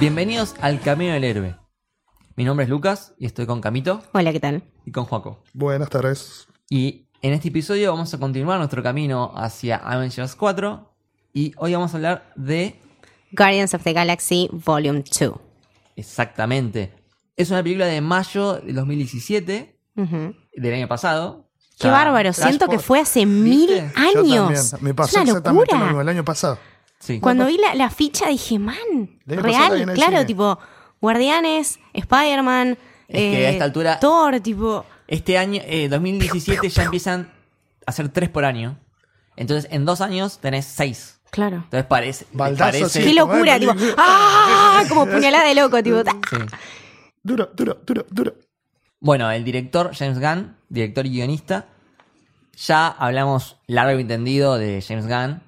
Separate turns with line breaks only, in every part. Bienvenidos al Camino del Héroe. Mi nombre es Lucas y estoy con Camito
Hola, ¿qué tal?
y con Joaco.
Buenas tardes.
Y en este episodio vamos a continuar nuestro camino hacia Avengers 4 y hoy vamos a hablar de
Guardians of the Galaxy Volume 2.
exactamente. Es una película de mayo de 2017
Ujú.
del año pasado.
Qué
Ya,
bárbaro,
Flash
siento que
por-
fue hace
¿Viste?
mil
Yo
Yo
años.
también. Me pasó
es una
exactamente lo
locura.
mismo el año pasado.
Sí.
Cuando vi la, la ficha dije, man,
El año pasado la vi en
real,
el
claro,
cine.
tipo, Guardianes, Spider-Man, eh,
Es que a esta altura-
Thor, tipo,
Este año, eh, 2017, ya empiezan a hacer tres por año. Entonces, en dos años tenés seis.
claro.
Entonces parece.
Baldazo,
parece
sí.
Qué
lo-
locura,
tomar
tipo,
película.
¡ah! Como puñalada de loco, tipo, ta.
Sí.
Duro, duro, duro, duro.
Bueno, el director James Gunn, director y guionista. Ya hablamos largo y tendido de James Gunn.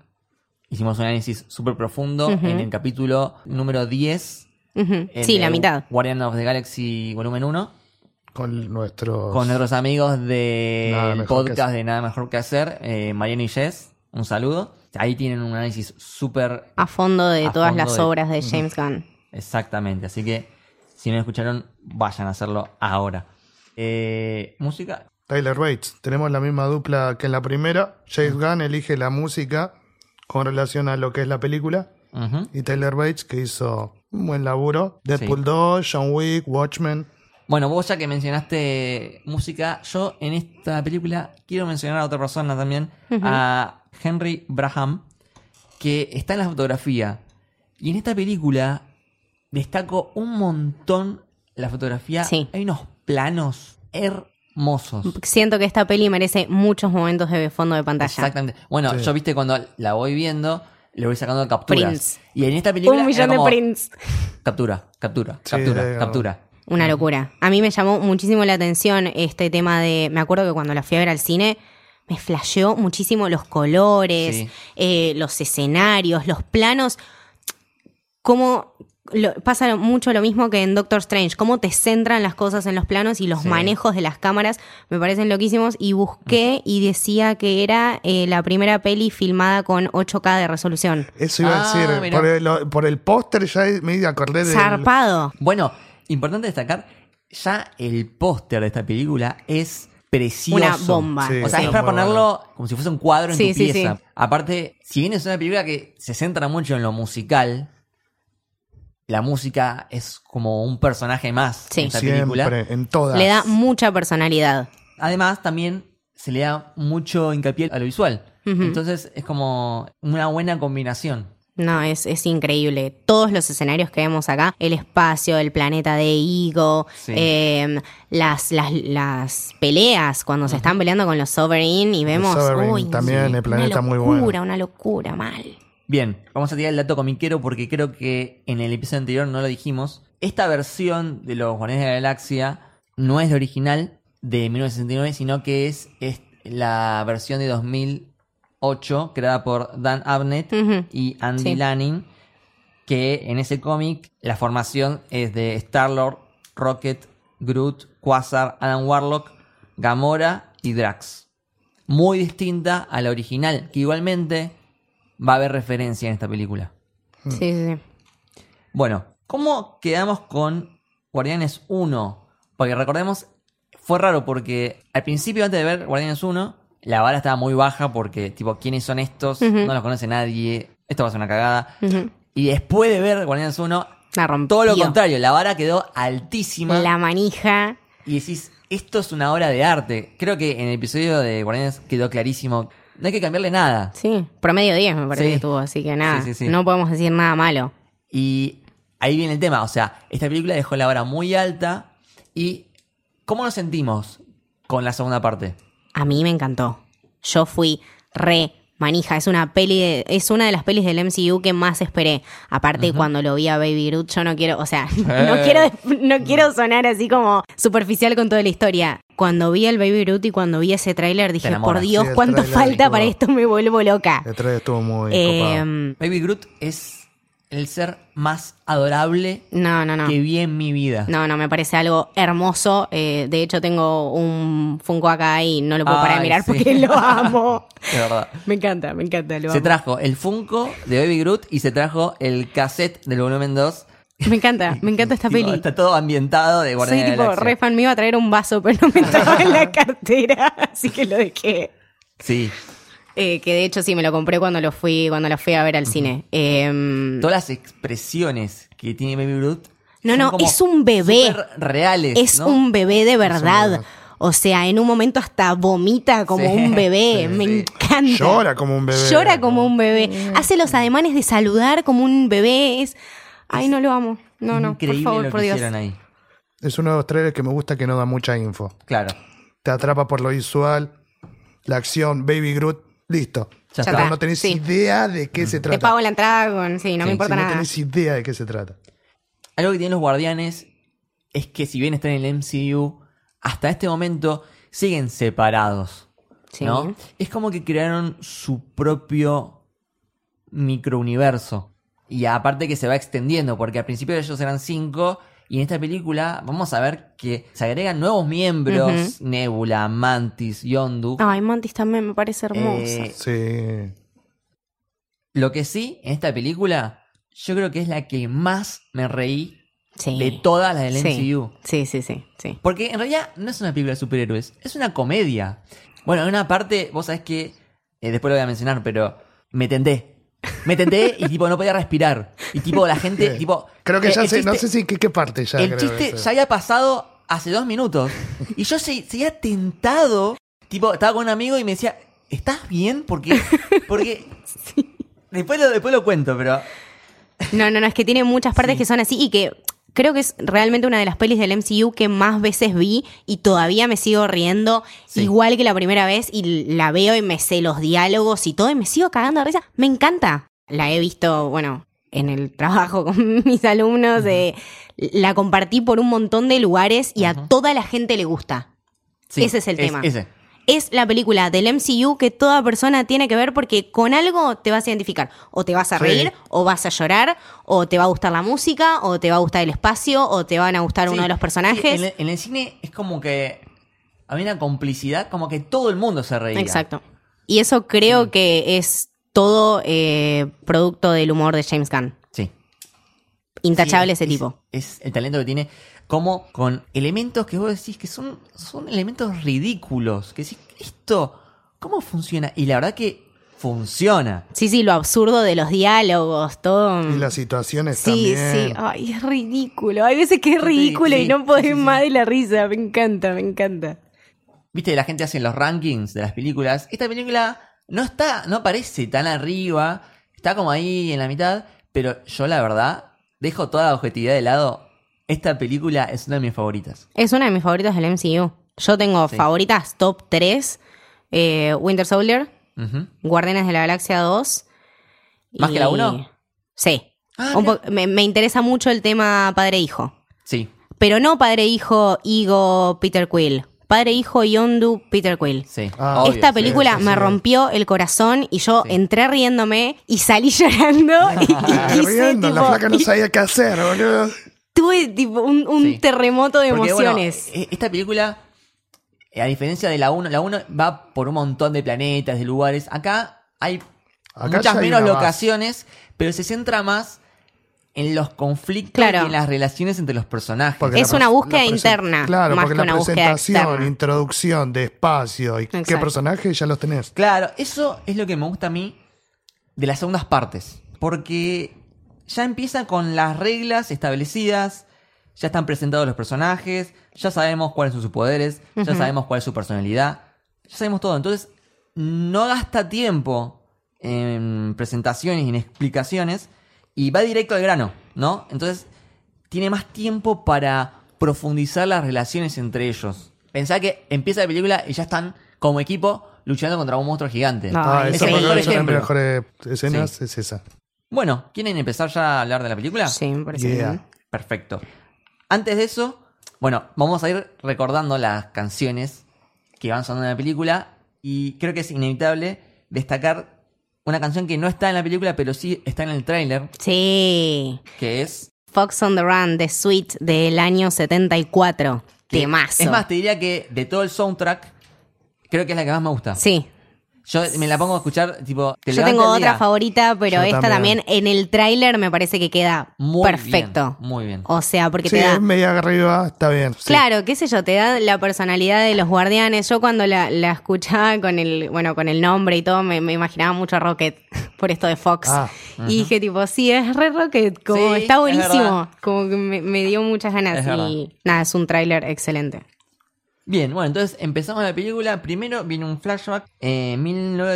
Hicimos un análisis súper profundo en el capítulo número 10.
Ujú,
en
Sí, la
el
mitad.
Guardian of the Galaxy volumen 1.
Con nuestros.
Con nuestros amigos del
Nada mejor que
podcast
hacer.
de Nada Mejor Que Hacer, eh, Mariano y Jess. Un saludo. Ahí tienen un análisis súper
A fondo de
A
todas
fondo
las
de-
obras de James Gunn.
Exactamente, así que si no escucharon, vayan a hacerlo ahora. Eh, Música.
Tyler Bates. Tenemos la misma dupla que en la primera. James Gunn elige la música con relación a lo que es la película.
Ujú.
Y Tyler Bates, que hizo un buen laburo. Deadpool
Sí.
2, John Wick, Watchmen.
Bueno, vos ya que mencionaste música, yo en esta película quiero mencionar a otra persona también, a Henry Braham, que está en la fotografía. Y en esta película destaco un montón la fotografía.
Sí.
Hay unos planos hermosos.
Siento que esta peli merece muchos momentos de fondo de pantalla.
Exactamente. Bueno,
Sí.
yo viste cuando la voy viendo, le voy sacando capturas.
Prints.
Y en esta película.
Un millón
era como,
de prints.
Captura, captura,
Sí,
captura,
era-
captura.
Una locura. A mí me llamó muchísimo la atención este tema de. Me acuerdo que cuando la fui a ver al cine, me flasheó muchísimo los colores,
Sí.
eh, los escenarios, los planos. Como. lo- pasa lo- mucho lo mismo que en Doctor Strange, cómo te centran las cosas en los planos y los
Sí.
manejos de las cámaras me parecen loquísimos y busqué y decía que era eh, la primera peli filmada con 8K de resolución.
Eso iba
Ah,
a decir.
mirá.
Por el, lo- por el póster ya me acordé de.
Zarpado.
Bueno, importante destacar, ya el póster de esta película es precioso.
Una bomba.
Sí.
O sea, es
Está
para
muy
ponerlo como si fuese un cuadro en
Sí,
tu
sí,
pieza.
sí.
Aparte, si bien es una película que se centra mucho en lo musical, la música es como un personaje más
Sí.
en esta película.
Siempre, en todas.
Le da mucha personalidad.
Además, también se le da mucho hincapié a lo visual. Entonces, es como una buena combinación.
No, es, es increíble. Todos los escenarios que vemos acá, el espacio, el planeta de Ego,
Sí.
eh, las, las, las peleas cuando se están peleando con los Sovereign y vemos...
Sovereign
uy,
también, el planeta muy bueno.
Una locura, una locura, mal.
Bien, vamos a tirar el dato comiquero porque creo que en el episodio anterior no lo dijimos. Esta versión de los Guardianes de la Galaxia no es la original de 1969, sino que es, es la versión de 2008 creada por Dan Abnett
Ujú.
y Andy
Sí.
Lanning, que en ese cómic la formación es de Star-Lord, Rocket, Groot, Quasar, Adam Warlock, Gamora y Drax. Muy distinta a la original, que igualmente va a haber referencia en esta película. Mm.
Sí, sí, sí.
Bueno, ¿cómo quedamos con Guardianes 1? Porque recordemos, fue raro porque al principio, antes de ver Guardianes 1, la vara estaba muy baja porque, tipo, ¿quiénes son estos? No los conoce nadie. Esto va a ser una cagada.
Ujú.
Y después de ver Guardianes 1,
La rompió.
todo lo contrario, la vara quedó altísima.
La manija.
Y decís, esto es una obra de arte. Creo que en el episodio de Guardianes quedó clarísimo. No hay que cambiarle nada.
Sí, promedio 10 me parece
Sí.
que tuvo, así que nada,
Sí, sí, sí.
no podemos decir nada malo.
Y ahí viene el tema, o sea, esta película dejó la vara muy alta y ¿cómo nos sentimos con la segunda parte?
A mí me encantó. Yo fui re manija. Es una peli, de- es una de las pelis del MCU que más esperé. Aparte, cuando lo vi a Baby Groot, yo no quiero, o sea, no
Eh.
quiero, no quiero sonar así como superficial con toda la historia. Cuando vi al Baby Groot y cuando vi ese tráiler dije, por
enamoras.
Dios,
Sí, el
cuánto
tráiler
falta
estuvo-
para esto, me vuelvo loca.
El trailer estuvo muy copado.
Eh,
Baby Groot es el ser más adorable
no, no, no.
que vi en mi vida.
No, no, me parece algo hermoso. Eh, de hecho, tengo un Funko acá y no lo puedo parar de
Ay,
mirar
sí.
porque lo amo.
De verdad.
Me encanta, me encanta, lo
Se
amo.
trajo el Funko de Baby Groot y se trajo el cassette del volumen 2.
Me encanta, me encanta esta
Tipo,
peli.
Está todo ambientado de
Soy
Guardianes de la
tipo
Galaxia.
re fan, me iba a traer un vaso, pero no me trajo en la cartera, así que lo dejé.
Sí.
Eh, que de hecho sí, me lo compré cuando lo fui, cuando lo fui a ver al cine. Em,
Todas las expresiones que tiene Baby Groot.
No,
son
no,
como
es un bebé.
súper reales.
es
¿no?
un bebé de
bebé.
verdad. O sea, en un momento hasta vomita como
Sí,
un bebé.
sí,
me
sí.
encanta.
Llora como un bebé.
Llora como un bebé. Hace los ademanes de saludar como un bebé. Es. Ay, no lo amo. No, no, por
Increíble
favor,
lo
por
que
Dios.
hicieron ahí.
Es uno de los trailers que me gusta que no da mucha info.
Claro.
Te atrapa por lo visual, la acción, Baby Groot, listo.
Ya
Ya
está.
está.
No tenés
sí.
idea de qué se
Te
trata.
pago la entrada con. Sí, no me
Sí,
importa
Si no
nada.
tenés idea de qué se trata.
Algo que tienen los guardianes es que si bien están en el MCU, hasta este momento siguen separados.
Sí.
¿no? Es como que crearon su propio microuniverso. Y aparte que se va extendiendo, porque al principio ellos eran cinco, y en esta película vamos a ver que se agregan nuevos miembros, Nebula, Mantis, Yondu.
Ay, Mantis también me parece hermosa.
Eh,
Sí.
lo que sí, en esta película, yo creo que es la que más me reí
sí.
de todas las del
Sí.
MCU.
Sí, sí, sí, sí.
Porque en realidad no es una película de superhéroes, es una comedia. Bueno, en una parte, vos sabés que, eh, después lo voy a mencionar, pero me tenté. Me tenté y tipo no podía respirar. Y tipo la gente, tipo...
Creo que
eh,
ya
el
sé, no
chiste-
sé si qué, qué parte ya.
El
creo
chiste
que sé.
ya había pasado hace dos minutos. Y yo se, seguía tentado. Tipo, estaba con un amigo y me decía, ¿estás bien? Porque... Porque... Después lo, después lo cuento, pero...
No, no, no, es que tiene muchas partes que son así y que creo que es realmente una de las pelis del MCU que más veces vi y todavía me sigo riendo
Sí.
igual que la primera vez y la veo y me sé los diálogos y todo y me sigo cagando de risa. Me encanta. La he visto, bueno, en el trabajo con mis alumnos, eh, la compartí por un montón de lugares y a toda la gente le gusta.
sí,
Ese es el tema.
Ese.
Es la película del MCU que toda persona tiene que ver porque con algo te vas a identificar. O te vas a
Sí.
reír, o vas a llorar, o te va a gustar la música, o te va a gustar el espacio, o te van a gustar
Sí,
uno de los
sí,
personajes.
en, el, en el cine es como que había una complicidad, como que todo el mundo se reía.
Exacto. Y eso creo que es todo eh, producto del humor de James Gunn.
Sí.
Intachable
Sí,
ese tipo.
Es el talento que tiene. Como con elementos que vos decís que son, son elementos ridículos. Que decís, esto, ¿cómo funciona? Y la verdad que funciona.
Sí, sí, lo absurdo de los diálogos, todo.
Y las situaciones
Sí,
también.
sí. Ay, es ridículo. Hay veces que es
Sí,
ridículo y
sí,
no podés
sí, sí, sí.
más de la risa. Me encanta, me encanta.
Viste, la gente hace los rankings de las películas. Esta película no está, no aparece tan arriba. Está como ahí en la mitad. Pero yo, la verdad, dejo toda la objetividad de lado. Esta película es una de mis favoritas.
Es una de mis favoritas del MCU. Yo tengo
Sí.
favoritas top 3. eh, Winter Soldier,
Ujú.
Guardianes de la Galaxia 2.
¿Más que la uno?
Sí.
Ah,
Un
mira.
po- me, me interesa mucho el tema padre-hijo.
Sí,
Pero no padre-hijo, Igo, Peter Quill. Padre-hijo, Yondu, Peter Quill.
sí.
Ah,
obvio,
Esta
sí.
película
sí, sí.
me rompió el corazón y yo
Sí.
entré riéndome y salí llorando. y,
Ah,
y- y hice,
riendo, la
tipo-
flaca no sabía qué hacer, boludo.
tuve tipo un, un
Sí.
terremoto de
Porque, bueno,
emociones.
e- esta película, eh, a diferencia de la 1, la 1 va por un montón de planetas, de lugares. Acá hay
Acá
muchas
ya hay
menos
una
locaciones, pero se centra más en los conflictos
Claro.
y en las relaciones entre los personajes.
Porque
Es
la
una
pres-
búsqueda
la presen-
interna,
Claro,
más
porque
que una
la
búsqueda
presentación,
externa.
introducción de espacio y qué
Exacto.
personaje ya los tenés.
Claro, eso es lo que me gusta a mí de las segundas partes. Porque ya empieza con las reglas establecidas, ya están presentados los personajes, ya sabemos cuáles son sus poderes, ya sabemos cuál es su personalidad, ya sabemos todo. Entonces, no gasta tiempo en presentaciones y en explicaciones y va directo al grano, ¿no? Entonces, tiene más tiempo para profundizar las relaciones entre ellos. Pensá que empieza la película y ya están como equipo luchando contra un monstruo gigante.
No.
Ah,
Ay,
ese
esa fue
es el
una de las
ejemplo.
mejores escenas, es esa.
Bueno, ¿quieren empezar ya a hablar de la película?
Sí, me parece
Yeah.
bien.
Perfecto. Antes de eso, bueno, vamos a ir recordando las canciones que van sonando en la película y creo que es inevitable destacar una canción que no está en la película, pero sí está en el tráiler,
Sí.
que es...
Fox on the Run, The Suite del año 74.
que-
Temazo.
Es más, te diría que de todo el soundtrack, creo que es la que más me gusta.
Sí.
Yo me la pongo a escuchar, tipo... te
Yo
levanta
tengo
el día.
otra favorita, pero
Yo
esta
también.
también, en el tráiler me parece que queda
Muy
perfecto.
bien, muy bien.
O sea, porque
Sí,
te da...
es media arriba, está bien. sí.
Claro, qué sé yo, te da la personalidad de los guardianes. Yo cuando la, la escuchaba con el, bueno, con el nombre y todo, me, me imaginaba mucho a Rocket por esto de Fox.
Ah,
Y dije tipo, sí, es re Rocket, como
Sí,
está
es
buenísimo.
verdad.
como que me, me dio muchas ganas.
Es verdad.
y nada, es un tráiler excelente.
Bien, bueno, entonces empezamos la película. Primero viene un flashback eh, en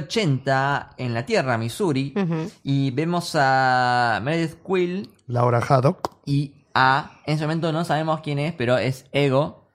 1980 en la Tierra, Missouri.
Ujú.
Y vemos a Meredith Quill
Laura Haddock,
y a. En ese momento no sabemos quién es, pero es Ego.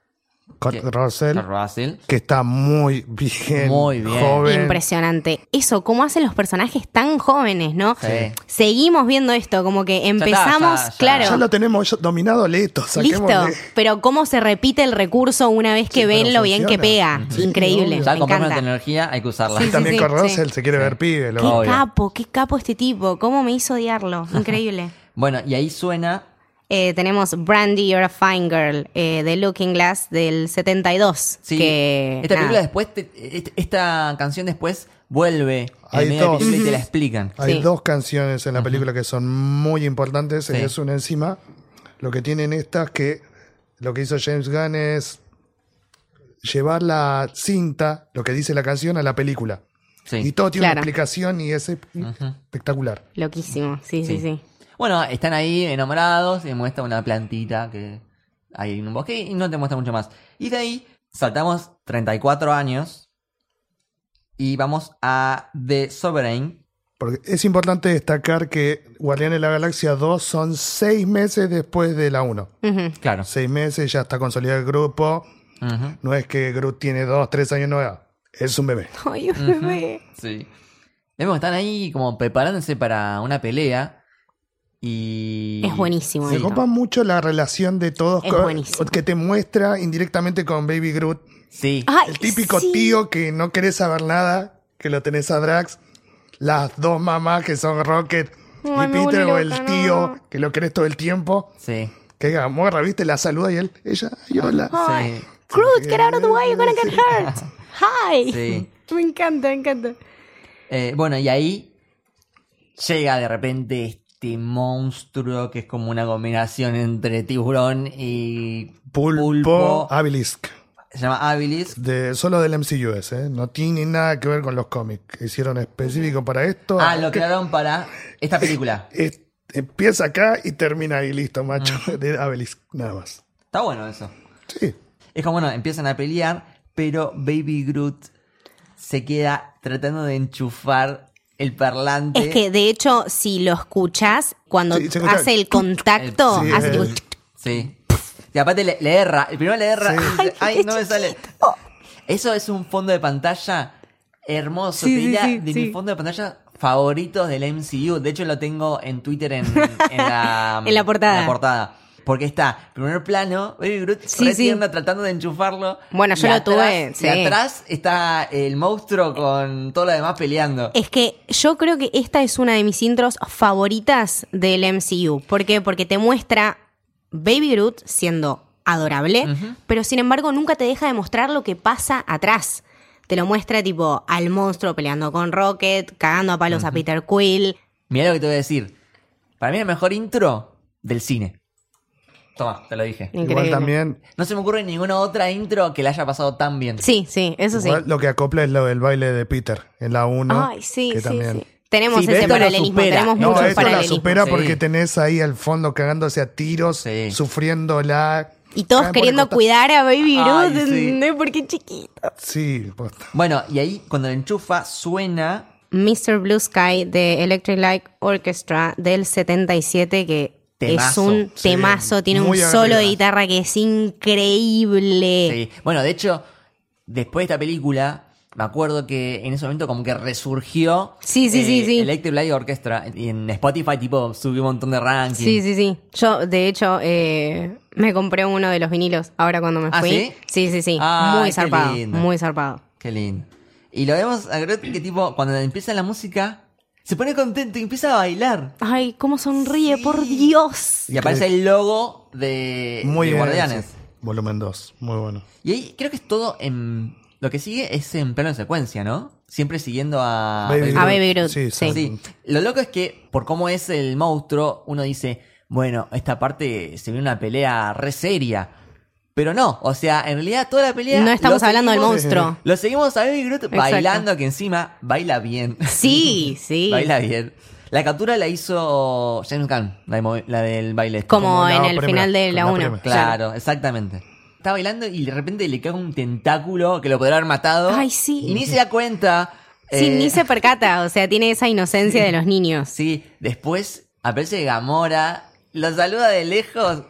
Kurt
que-
Russell,
Russell.
que está muy bien,
Muy bien.
joven.
Impresionante. Eso, cómo hacen los personajes tan jóvenes, ¿no?
Sí.
Seguimos viendo esto, como que
está,
empezamos,
ya, ya.
claro.
Ya lo tenemos yo- dominado, listo,
Listo,
saquémosle.
pero cómo se repite el recurso una vez que
Sí,
ven
pero
lo bien que
funciona.
pega.
Sí,
Increíble,
Ya
me
compramos la
encanta.
tecnología, hay que usarla.
Sí, sí,
También
sí,
con Russell
sí.
se quiere ver pibe,
Qué
loco.
Obvio.
capo, qué capo este tipo. Cómo me hizo odiarlo. Increíble.
Bueno, y ahí suena.
Eh, tenemos Brandy, You're a Fine Girl, eh, de Looking Glass del 72.
Sí,
que,
esta película
nada.
después, te- este- esta canción después vuelve
Hay
en medio de la
dos.
película y te la explican.
Hay
Sí.
dos canciones en la película que son muy importantes.
Sí.
Es una encima. Lo que tienen estas que lo que hizo James Gunn es llevar la cinta, lo que dice la canción, a la película. Y
Sí.
todo tiene
Claro.
una explicación y es espectacular.
Loquísimo, sí, sí,
Sí.
sí.
Bueno, están ahí enamorados, y muestra una plantita que hay en un bosque y no te muestra mucho más. Y de ahí saltamos 34 años y vamos a The Sovereign.
Porque es importante destacar que Guardianes de la Galaxia 2 son seis meses después de la 1.
Ujú.
Claro.
Seis meses, ya está consolidado el grupo.
Ujú,
No es que Groot tiene dos, tres años nueva. Es un bebé.
Ay, un
Ujú.
bebé.
Sí. Vemos que están ahí como preparándose para una pelea y...
Es buenísimo
Sí.
Me
esto.
copa mucho la relación de todos
Es
con-
buenísimo.
que te muestra indirectamente con Baby Groot.
Sí.
Ay,
El típico
sí.
tío que no querés saber nada, que lo tenés a Drax. Las dos mamás que son Rocket
Ay,
y
me
Peter,
volví
o el
loca,
tío
no.
que lo querés todo el tiempo.
Sí.
Que diga, morra, viste, la saluda y él, ella, y hola.
Ay,
Sí.
Groot, get out of the way, you're gonna get hurt. Hi.
Sí.
Me encanta, me encanta.
Eh, bueno, y ahí llega de repente este monstruo que es como una combinación entre tiburón y
Pulpo, Ah.
pulpo.
Obelisk.
Se llama Habilis.
De, solo del MCU es, ¿eh? No tiene nada que ver con los cómics. que Hicieron específico para esto.
Ah, lo
Que-
crearon para esta película.
es- empieza acá y termina ahí, listo, macho.
Mm.
De Obelisk, nada más.
Está bueno eso.
Sí.
Es como, bueno, empiezan a pelear, pero Baby Groot se queda tratando de enchufar el parlante.
Es que, de hecho, si lo escuchás, cuando
Sí, se escucha
hace
el
el contacto,
Sí,
hace
el-
tipo...
Sí. Y aparte le, le erra. El primero le erra.
Sí.
Ay, no me sale. Eso es un fondo de pantalla hermoso.
Sí,
te
sí,
diría
sí,
de
sí.
mi fondo de pantalla favoritos del MCU. De hecho, lo tengo en Twitter en, en la,
En la portada.
Porque está, primer plano, Baby Groot
Sí,
re
sí.
tierno, tratando de enchufarlo.
Bueno, yo
Y
lo
atrás-
tuve, sí.
Y atrás está el monstruo con todo lo demás peleando.
Es que yo creo que esta es una de mis intros favoritas del MCU. ¿Por qué? Porque te muestra Baby Groot siendo adorable, pero sin embargo nunca te deja de mostrar lo que pasa atrás. Te lo muestra tipo al monstruo peleando con Rocket, cagando a palos a Peter Quill.
Mira lo que te voy a decir. Para mí, el mejor intro del cine. Toma, te lo dije.
Increíble.
Igual también,
No se me ocurre ninguna otra intro que la haya pasado tan bien.
Sí, sí, eso sí.
igual lo que acopla es lo del baile de Peter en la 1.
Ay, sí,
que
sí,
también.
sí. Tenemos
Sí, pero
ese
esto lo
paralelismo,
supera.
tenemos
No,
muchos
esto la
paralelismos.
supera
Sí.
porque tenés ahí al fondo cagándose a tiros,
Sí.
sufriéndola. Ah,
Y todos
Caen por
queriendo
el costado.
cuidar a
Ay,
Baby Groot,
sí.
¿entendés? Porque es chiquito.
Sí, posta.
Bueno, y ahí cuando la enchufa suena.
Mr. Blue Sky de Electric Light Orchestra del 77, que es
Temazo.
un
Sí,
temazo, tiene un
muy
solo
arriba.
de guitarra que es increíble.
sí. Bueno, de hecho, después de esta película, me acuerdo que en ese momento como que resurgió eh,
Sí, sí, sí, sí.
Electric Light Orchestra. Y en Spotify, tipo, subió un montón de rankings.
Sí, sí, sí. Yo, de hecho, eh, me compré uno de los vinilos ahora cuando me
¿Ah,
fui.
sí?
sí, sí. sí.
Ah,
muy
qué
zarpado.
lindo.
Muy zarpado.
Qué lindo. Y lo vemos, creo que tipo, cuando empieza la música, se pone contento y empieza a bailar.
Ay, cómo sonríe,
Sí.
por Dios.
Y aparece el logo Eh, de,
Muy
de
bien.
Guardianes.
sí. Volumen 2, muy bueno.
Y ahí creo que es todo en... Lo que sigue es en plano de secuencia, ¿no? Siempre siguiendo a...
Groot. A Baby Groot,
Sí,
sí.
Sí. Lo loco es que, por cómo es el monstruo, uno dice, bueno, esta parte se viene una pelea re seria. Pero no, o sea, en realidad toda la pelea...
No estamos
lo
hablando del
seguimos-
monstruo.
Lo seguimos a Baby Groot bailando, que encima baila bien.
Sí, sí.
Baila bien. La captura la hizo James Gunn, la, de mo- la del baile. este.
Como,
Como la
en el
primera,
final de
con
la
la
1.
primera.
Claro, exactamente. Está bailando y de repente le cae un tentáculo que lo podrá haber matado.
Ay, sí.
Y ni se da cuenta.
Sí,
eh,
ni se percata, o sea, tiene esa inocencia de los niños.
Sí, después aparece Gamora, lo saluda de lejos,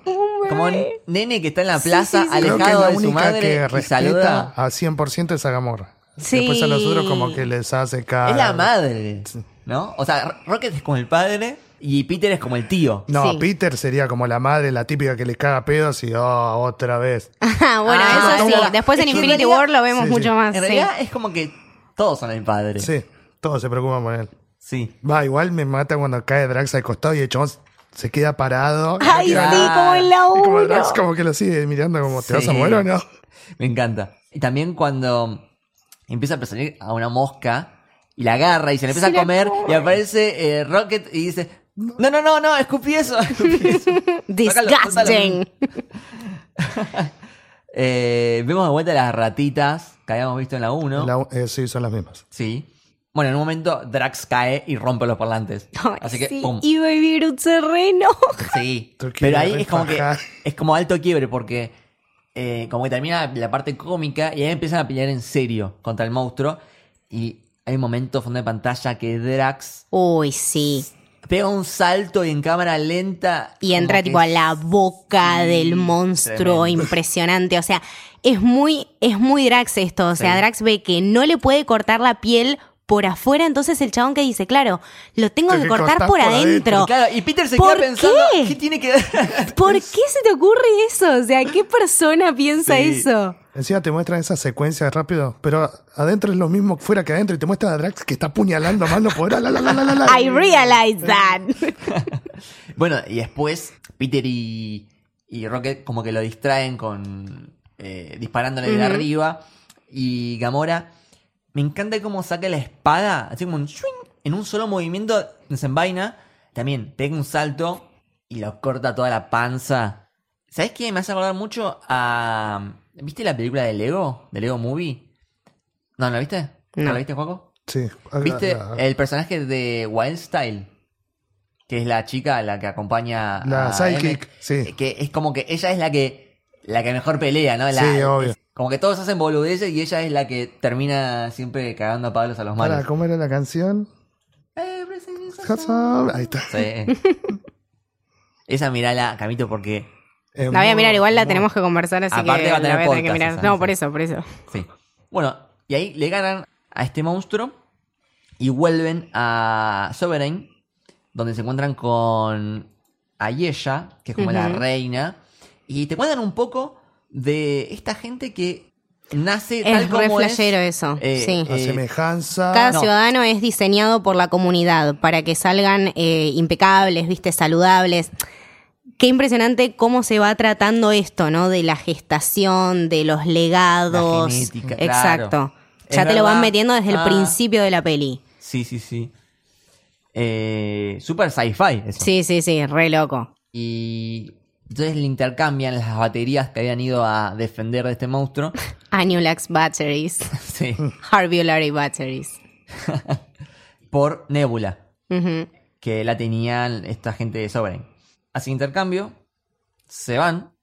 como un nene que está en la
Oh, Sí,
plaza,
sí, sí.
Creo que es
alejado
la
de su
única que
madre, y
respeta
saluda.
a 100% es a Gamora.
Sí.
Después a los otros como que les hace cara.
Es la madre, ¿no? O sea, Rocket es como el padre y Peter es como el tío.
No,
Sí.
Peter sería como la madre, la típica que le caga pedos y oh, otra vez.
Ah, bueno,
Ah,
eso sí.
toma.
Después en
Es que en
Infinity
realidad-
War lo vemos
Sí,
mucho
sí.
más.
En
Ah, sí.
realidad es como que todos son el padre.
Sí, todos se preocupan por él.
Sí.
Va, igual me mata cuando cae Drax al costado y el chabón se queda parado. Y
Ay,
no queda
Claro.
sí, como en la
nada. Y como
uno.
Drax como que lo sigue mirando como, ¿te vas a
Sí.
mover o no?
Me encanta. Y también cuando empieza a perseguir a una mosca y la agarra y se la empieza
Se la
a comer y aparece eh, Rocket y dice, no, no, no, no, escupí eso. escupí eso". Sácalo,
Disgusting.
Eh, vemos de vuelta las ratitas que habíamos visto en la 1.
La- eh, sí, son las mismas.
Sí. Bueno, en un momento Drax cae y rompe los parlantes.
Ay,
Así que,
sí.
pum.
Y Baby Groot se re enoja.
Sí.
Tú quieres
Pero ahí es como que
refajar.
es como alto quiebre porque eh, como que termina la parte cómica y ahí empiezan a pelear en serio contra el monstruo. Y hay un momento fondo de pantalla que Drax
Uy, sí.
pega un salto y en cámara lenta.
Y entra
como
tipo a
que
la boca
Sí,
del monstruo,
tremendo.
impresionante. O sea, es muy, es muy Drax esto. O sea,
Sí.
Drax ve que no le puede cortar la piel por afuera, entonces el chabón que dice, claro, lo tengo
Te
que
que
cortar por,
cortás por
adentro.
adentro.
Claro, y Peter se
¿Por
queda pensando
qué?
qué, tiene que ver?
¿Por qué se te ocurre eso? O sea, ¿qué persona piensa
Sí.
eso?
Encima te muestran esas secuencias rápido, pero adentro es lo mismo fuera que adentro y te muestran a Drax que está apuñalando más no podrá. La, la, la, la, la, la.
I realize that.
Bueno, y después Peter y, y Rocket como que lo distraen con eh, disparándole de arriba. Y Gamora, me encanta cómo saca la espada, así como un swing, en un solo movimiento desenvaina. También pega un salto y lo corta toda la panza. ¿Sabes qué? Me hace acordar mucho a... ¿Viste la película de Lego? ¿De Lego Movie? ¿No la viste? ¿No,
No.
la viste, Juaco?
Sí. Ah,
¿Viste
la-
el personaje de Wild Style? Que es la chica la que acompaña
La
a
sidekick,
M,
sí.
Que es como que ella es la que la que mejor pelea, ¿no? La-
Sí, obvio.
es como que todos hacen boludeces y ella es la que termina siempre cagando a palos a los
Pará,
malos. Eh,
¿Cómo era la canción? Hudson. Ahí está.
Sí. Esa mirala, Camito, porque
Eh,
La voy a
muy-
mirar, igual la
muy-
tenemos que conversar, así
Aparte
que
va a tener
la voy a tener que
podcast
mirar.
esa,
No,
sí.
por eso, por eso.
Sí. Bueno, y ahí le ganan a este monstruo y vuelven a Sovereign, donde se encuentran con Ayesha, que es como la
Ujú.
reina, y te cuentan un poco de esta gente que nace tal
Es re
como es.
flashero eso.
Eh,
sí.
A semejanza.
Cada
No.
ciudadano es diseñado por la comunidad para que salgan eh, impecables, viste, saludables. Qué impresionante cómo se va tratando esto, ¿no? De la gestación, de los legados.
La genética,
Exacto.
claro.
Ya
Es
te lo van
verdad.
metiendo desde el
Ah.
principio de la peli.
Sí, sí, sí. Eh, super sci-fi. eso.
Sí, sí, sí, re loco.
Y entonces le intercambian las baterías que habían ido a defender de este monstruo.
Anulax Batteries,
sí.
Harbulary Batteries.
Por Nebula.
Ujú.
que la tenían esta gente de Sovereign. Hacen intercambio, se van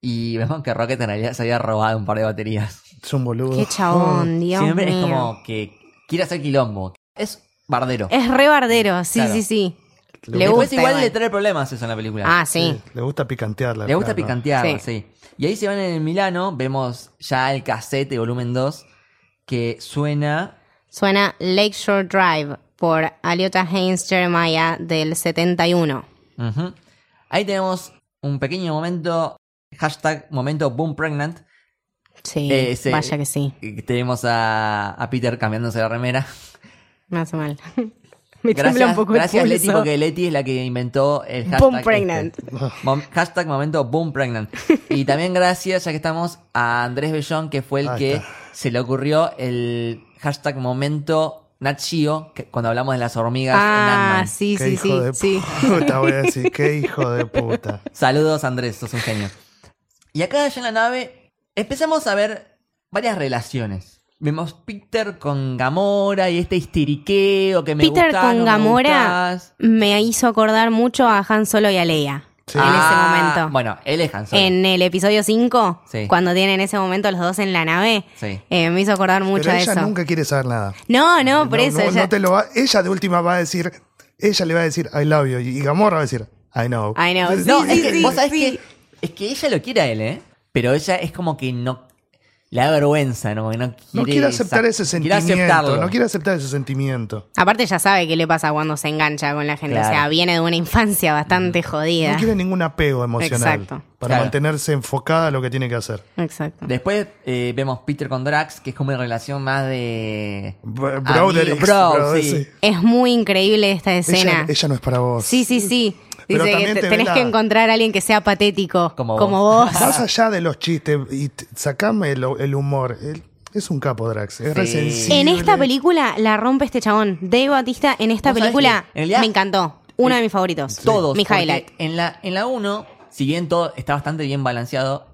y vemos que Rocket en realidad se había robado un par de baterías.
Es un boludo. Mm,
Qué chabón, Dios
Siempre
mío.
es como que quiere hacer quilombo. Es bardero.
Es re bardero, sí,
Claro.
sí, sí.
Le
Le
Después
gusta.
igual
igual.
le trae problemas eso en la película.
Ah,
Sí,
sí.
Le gusta picantearla.
Le gusta
claro.
picantear,
Sí.
sí. Y ahí se van en el Milano, vemos ya el cassette de volumen 2, que suena
Suena Lakeshore Drive por Aliota Haynes Jeremiah del 71.
Ujú. Ahí tenemos un pequeño momento, hashtag momento boom pregnant.
Sí,
Eh, ese-
vaya que sí.
Y Tenemos a, a Peter cambiándose la remera.
Me hace mal. Me tiembla
gracias,
un poco el
gracias Leti,
pulso.
porque Leti es la que inventó el hashtag.
Boom
este.
pregnant.
Mom- hashtag momento boom pregnant. Y también gracias, ya que estamos, a Andrés Bellón, que fue el
Ahí
que
está.
se le ocurrió el hashtag momento Nat Geo, que cuando hablamos de las hormigas en
Ah,
Ant-Man.
sí,
Qué
sí,
hijo
sí. sí.
de puta, voy a decir. Qué hijo de puta.
Saludos Andrés, sos un genio. Y acá ya en la nave empezamos a ver varias relaciones. Vemos Peter con Gamora y este histiriqueo que me
Peter
gustás,
con
no me
Gamora
gustás.
me hizo acordar mucho a Han Solo y a Leia
Sí.
en
Ah,
ese momento.
Bueno, él es Han Solo.
en el episodio 5,
Sí.
cuando tienen ese momento los dos en la nave,
Sí.
eh, me hizo acordar mucho
Pero
a
ella
eso.
nunca quiere saber nada.
No, no, por
No,
eso.
no-
ella-
no te lo va- ella de última va a decir, ella le va a decir I love you y Gamora va a decir I know.
I know. Sí,
No,
sí,
es que
sí,
vos sabés
sí.
que es que ella lo quiere a él, ¿eh? Pero ella es como que no le da vergüenza, no, no quiere
No quiere aceptar
sac-
ese
quiere
sentimiento.
aceptarlo.
No quiere aceptar ese sentimiento.
Aparte ya sabe qué le pasa cuando se engancha con la gente. O sea,
Claro. Mm.
viene de una infancia bastante jodida.
No quiere ningún apego emocional
Exacto.
para
Claro.
mantenerse enfocada a lo que tiene que hacer.
Exacto.
Después eh, vemos Peter con Drax, que es como una relación más de
B-
amigo-
Broderick,
bro,
bro,
sí.
sí.
Es muy increíble esta escena.
Ella, ella no es para vos.
Sí, sí, sí.
Pero
Dice que
también
te-
te ve
tenés
la-
que encontrar a alguien que sea patético, como
Como
vos.
vos.
Más allá de los chistes y t- sacame el, el humor. Él es un capo Drax, es re
Sí.
sensible.
en esta película la rompe este chabón. Dave Batista en esta
Vos sabés
película
que, en realidad,
me encantó. Uno
es-
de mis favoritos.
Todos.
Mi
porque
highlight.
En la, en la 1, si bien todo está bastante bien balanceado,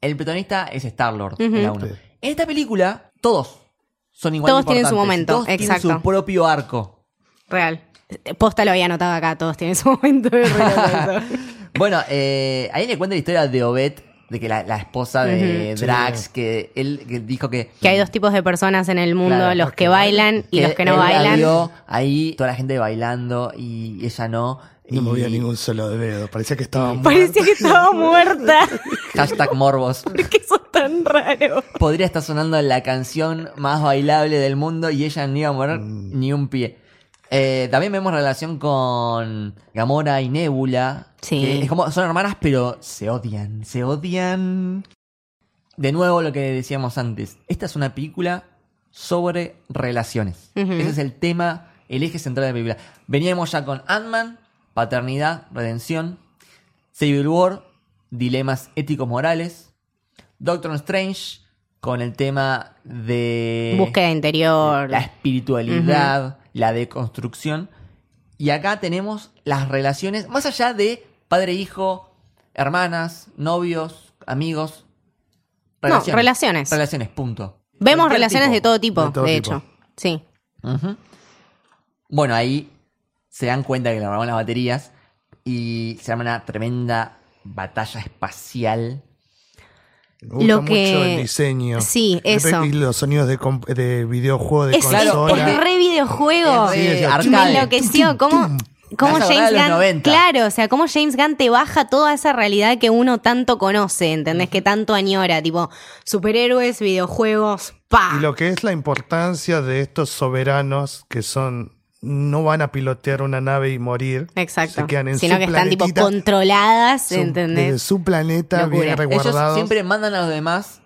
el protagonista es Star-Lord en la 1.
Sí.
En esta película, todos son igual de
Todos tienen su
importantes,
momento,
Todos tienen su
exacto.
propio arco.
Real. Posta lo había anotado acá, todos tienen su momento de relato eso.
Bueno, eh, ahí le cuenta la historia de Obed, de que la, la esposa de Drax, que él que dijo que...
Que hay dos tipos de personas en el mundo,
Claro,
los que, bailan y los que no
él la
bailan.
vio ahí toda la gente bailando y ella no. Y
No movía ningún solo dedo, parecía que estaba muerta.
Parecía que estaba muerta.
Hashtag morbos.
que eso es tan raro.
Podría estar sonando la canción más bailable del mundo y ella no iba a morir ni un pie. Eh, también vemos relación con Gamora y Nebula.
Sí.
que es como, son hermanas, pero se odian. Se odian. De nuevo lo que decíamos antes. Esta es una película sobre relaciones.
Ujú.
Ese es el tema, el eje central de la película. Veníamos ya con Ant-Man, paternidad, redención, Civil War, dilemas éticos morales, Doctor Strange con el tema de
Búsqueda interior.
la espiritualidad, la deconstrucción. Y acá tenemos las relaciones, más allá de padre-hijo, hermanas, novios, amigos.
No, relaciones.
Relaciones, punto.
Vemos
Cualquier
relaciones
tipo.
de todo tipo, de,
De todo tipo.
hecho. Sí.
Ujú. Bueno, ahí se dan cuenta que le robaron las baterías y se arma una tremenda batalla espacial.
Me gusta
Lo
mucho
que-
el diseño.
Sí,
De repente,
eso.
Y los sonidos de, comp- de videojuego de
Es,
claro,
consola.
es re videojuego.
Es re
Sí, decía,
me
arcade.
enloqueció. ¿Cómo, cómo
Vas a
James
acordar de los
Gunn.
90.
Claro, o sea, cómo James Gunn te baja toda esa realidad que uno tanto conoce, ¿entendés? Que tanto añora. Tipo, superhéroes, videojuegos, pa.
Y lo que es la importancia de estos soberanos que son no van a pilotear una nave y morir.
Exacto.
Se quedan en
Sino
su
que están tipo
planetita,
controladas,
su-
¿entendés?
desde su planeta
Locura.
bien
Ellos
Ellos
resguardados.
siempre mandan a los demás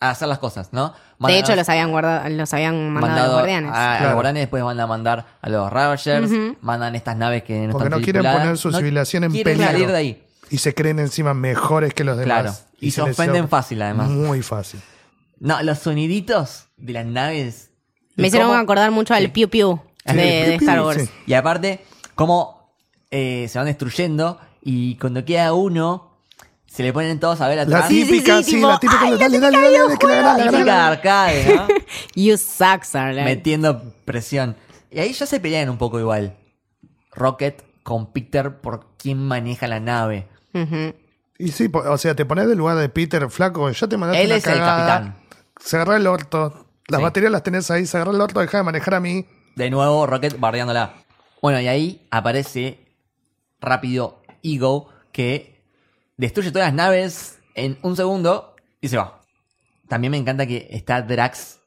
a hacer las cosas, ¿no?
De
Mandan a
hecho,
los-
los habían guardado, los habían mandado, a los
mandado
guardianes.
a, a los
Claro.
guardianes, después van a mandar a los Ravagers, mandan estas naves que no
Porque
están
no quieren
tripuladas.
poner su
No
civilización en
quieren
peligro.
salir de ahí.
Y se creen encima mejores que los demás.
Claro. Y se
les
ofenden
op-
fácil, además.
Muy fácil.
No, los soniditos de las naves.
Me
de
hicieron
cómo-
acordar mucho al Piu Piu de,
Sí,
de
piu piu,
Star Wars.
sí.
Y aparte, cómo eh, se van destruyendo y cuando queda uno, se le ponen todos a ver
La
atrás.
sí, sí,
típica, sí,
tipo,
la típica.
"Ay,
dale, dale, dale, dale, que la gana, la gana".
Típica arcade, ¿no?
You suck, Starlight.
metiendo presión. Y ahí ya se pelean un poco igual. Rocket con Peter por quién maneja la nave.
Ujú.
Y sí, po- o sea, te pones del lugar de Peter Flaco, ya te mandaste
Él
una
es el
cagada,
capitán.
Se agarra el orto. Las
Sí.
baterías las tenés ahí, se agarra el orto, deja de manejar a mí.
De nuevo, Rocket bardeándola. Bueno, y ahí aparece rápido Ego que destruye todas las naves en un segundo y se va. También me encanta que está Drax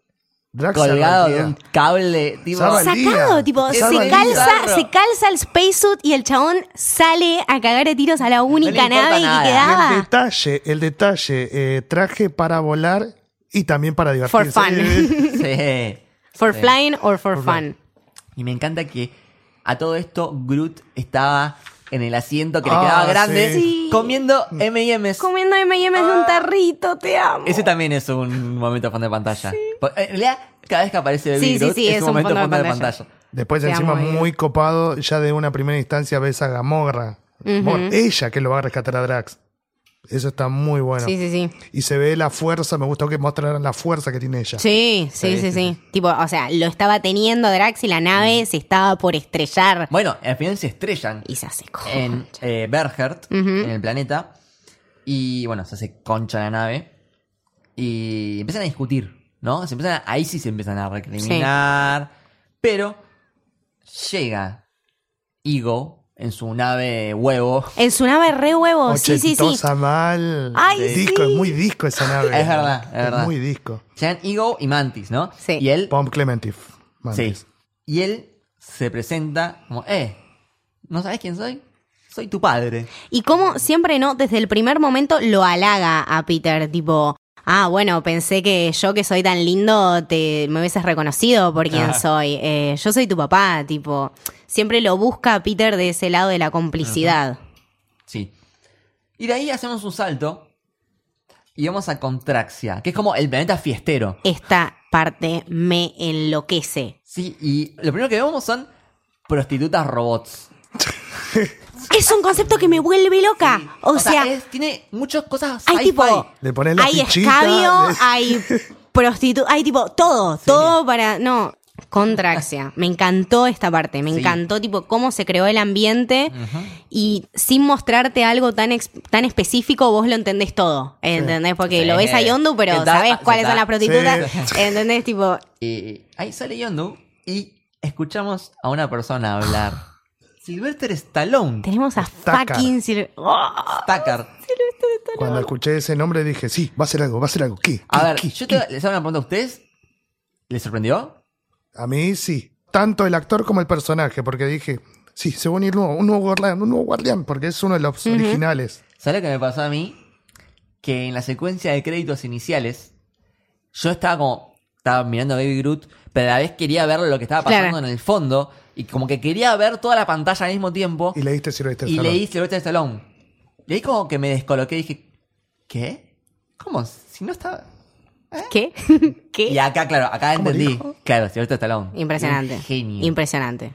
Drax
colgado de
Sarandía.
un cable, tipo.
Salva el
Sacado,
día.
tipo,
Es
se
un bizarro.
calza, se calza el spacesuit y el chabón sale a cagar de tiros a la única
importa
nave
nada.
que
Y
quedaba.
el detalle, el detalle, eh, traje para volar y también para
For
divertirse.
fun.
Sí.
For
Sí.
flying or for, fun.
Y me encanta que a todo esto Groot estaba en el asiento que le
Ah,
quedaba grande
sí.
Sí.
comiendo M&M's.
Comiendo M&M's de un tarrito, te amo.
Ah. Ese también es un momento fondo de pantalla. Po- En realidad, cada vez que aparece Baby
Sí, sí,
Groot
sí,
es, un momento fondo, de pantalla.
Después,
Te
encima,
amo, Diego.
muy copado, ya de una primera instancia ves a Gamorra. Mor- Ella que lo va a rescatar a Drax. Eso está muy bueno.
Sí, sí, sí.
Y se ve la fuerza, me gustó que mostraran la fuerza que tiene ella.
Sí,
Sí,
sí,
sí, Mm.
sí, sí. Tipo, o sea, lo estaba teniendo Drax y la nave se estaba por estrellar.
Bueno, al final se estrellan
Y se hace co-
en eh, Berhert, en el planeta. Y bueno, se hace concha la nave. Y empiezan a discutir, ¿no? Se empiezan a- ahí sí se empiezan a recriminar. Pero llega Ego en su nave huevo.
En su nave re huevo, Oh, sí, sí, sí.
Ochentosa mal. Eh,
Ay,
disco,
sí.
es muy disco esa nave.
Es verdad, es verdad.
muy disco.
Llegan Ego y Mantis, ¿no?
Sí.
Y él
Pom Clementif.
Sí. Y él se presenta como, eh, ¿no sabes quién soy? Soy tu padre.
Y como siempre, ¿no? Desde el primer momento lo halaga a Peter, tipo, ah, bueno, pensé que yo que soy tan lindo te, me hubieses reconocido por quien soy. Eh, yo soy tu papá, tipo, siempre lo busca a Peter de ese lado de la complicidad.
Sí. Y de ahí hacemos un salto y vamos a Contraxia, que es como el planeta fiestero.
Esta parte me enloquece.
Sí, y lo primero que vemos son prostitutas robots.
Es un concepto que me vuelve loca. o, sea,
es- tiene muchas cosas
hay
sci-fi.
tipo.
Le pones la
hay
fichita,
escabio, Ah.
le-
hay prostitu... Hay tipo todo, todo para. No. Contraxia. Me encantó esta parte. Me
Sí.
encantó, tipo, cómo se creó el ambiente. Y sin mostrarte algo tan, ex- tan específico, vos lo entendés todo. ¿Entendés? Porque
Sí. ah,
lo ves a Yondu, pero
Está-
sabés
se
cuáles
está-
son las prostitutas.
Sí.
¿Entendés? Tipo,
Eh, ahí sale Yondu y escuchamos a una persona hablar. Sylvester Stallone.
tenemos a
Stacar.
fucking. Sil- ¡Oh!
Stackard.
Cuando escuché ese nombre dije, sí, va a ser algo, va a ser algo. ¿Qué?
A
¿Qué?
ver,
¿Qué?
yo te, les hago una pregunta a ustedes. ¿Les sorprendió?
A mí sí. Tanto el actor como el personaje, porque dije, sí, se va a unir nuevo, un nuevo guardián, un nuevo guardián, porque es uno de los originales.
¿Sabes lo que me pasó a mí? Que en la secuencia de créditos iniciales, yo estaba como. Estaba mirando a Baby Groot, pero a la vez quería ver lo que estaba pasando
Claro.
en el fondo. Y como que quería ver toda la pantalla al mismo tiempo.
Y leíste Silvestre
Y
Stallone.
leí Sylvester Stallone. Y ahí como que me descoloqué y dije, ¿qué? ¿Cómo? Si no estaba.
¿Qué? ¿Qué?
Y acá, claro, acá
¿Cómo
entendí.
dijo?
Claro, Sylvester Stallone.
Impresionante.
Un Genio.
Impresionante.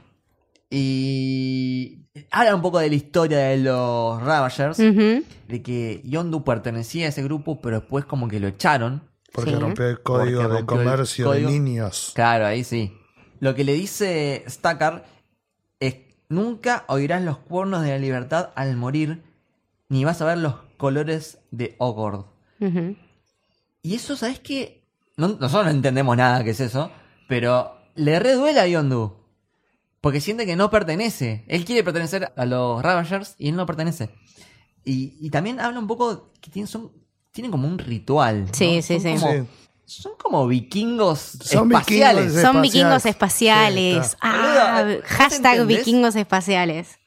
y habla un poco de la historia de los Ravagers.
Ujú.
de que Yondu pertenecía a ese grupo, pero después como que lo echaron.
Porque
Sí.
rompió el código
Porque
de
rompió el
comercio
código.
de niños.
Claro, ahí sí. Lo que le dice Stackard es, nunca oirás los cuernos de la libertad al morir, ni vas a ver los colores de Ogord.
Ujú.
Y eso, ¿sabes qué? No- nosotros no entendemos nada que es eso, pero le reduela a Yondu. Porque siente que no pertenece. Él quiere pertenecer a los Ravagers y él no pertenece. Y, y también habla un poco que tienen, son, tienen como un ritual. ¿no?
Sí, sí,
Son
sí.
como-
Sí.
Son como vikingos
Son
espaciales.
vikingos.
Son
espaciales.
vikingos espaciales.
Sí,
ah,
Boluda, ¿vos
hashtag
entendés?
vikingos espaciales.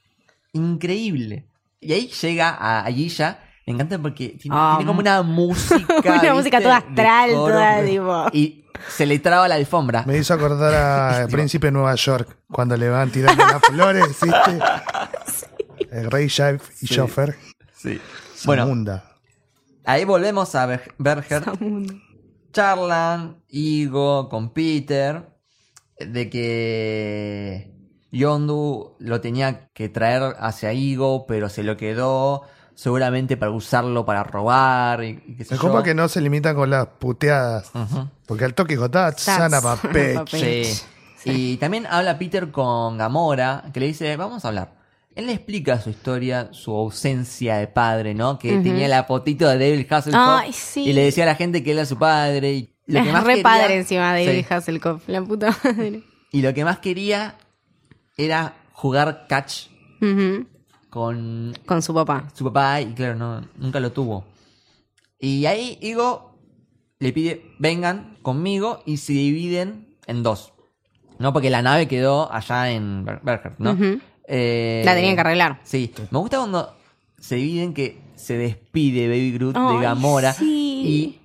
Increíble. Y ahí llega a, a Gilla. Me encanta porque tiene,
Ah,
tiene como una música.
Una música
¿viste?
toda
De
astral,
coro.
toda tipo.
Y se le traba la alfombra.
Me hizo acordar a Príncipe de Nueva York, cuando le van tirando las flores, ¿viste? El rey Jaif y Joffrey
Sí.
Bueno.
Bueno, ahí volvemos a Ber- Berger. Charlan, Igo, con Peter, de que Yondu lo tenía que traer hacia Igo, pero se lo quedó seguramente para usarlo para robar y, y qué sé
Me copa
yo.
que no se limitan con las puteadas.
Ujú.
Porque al toque Jotá, sana papel.
papel.
Sí.
Sí.
Y también habla Peter con Gamora, que le dice, vamos a hablar. Él le explica su historia, su ausencia de padre, ¿no? Que tenía la fotito de David Hasselhoff.
Ay, sí.
Y le decía a la gente que él era su padre. Y lo que más
Re
quería-
padre encima de
Sí.
David Hasselhoff, la puta madre.
Y lo que más quería era jugar catch
Ujú,
con
Con su papá.
su papá y claro, no, nunca lo tuvo. Y ahí Igo le pide, vengan conmigo y se dividen en dos. No, porque la nave quedó allá en Ber- Berger, ¿no?
Ujú.
Eh,
La tenían que arreglar.
Sí, me gusta cuando se dividen que se despide Baby Groot
Ay,
de Gamora.
sí.
Y,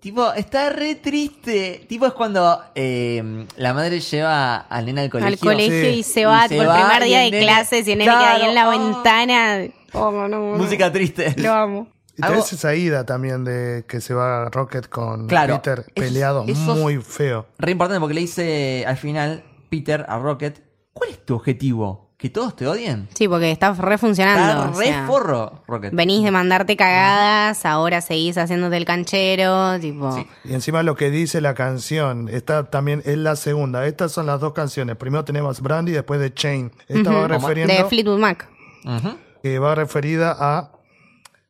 tipo, está re triste. Tipo, es cuando eh, la madre lleva al nena al colegio.
Al colegio
Sí.
y se va
Y se
por
va,
primer
y
día
el
de
nene-
clases y el nene queda ahí en la
Claro, ah.
ventana. Oh, no, no, no.
Música triste.
Lo amo.
Y
Algo-
tenés esa ida también de que se va Rocket con
Claro,
Peter
esos-
peleado
esos-
muy feo.
Re importante porque le dice al final Peter a Rocket, ¿cuál es tu objetivo? ¿Que todos te odien?
Sí, porque está re funcionando.
Está
o
re
sea,
forro, Rocket.
venís de mandarte cagadas, ahora seguís haciéndote el canchero, tipo.
Sí.
Y encima lo que dice la canción, esta también es la segunda. Estas son las dos canciones. Primero tenemos Brandy, después de Chain. Esta va refiriendo
De Fleetwood Mac.
Ujú.
que va referida a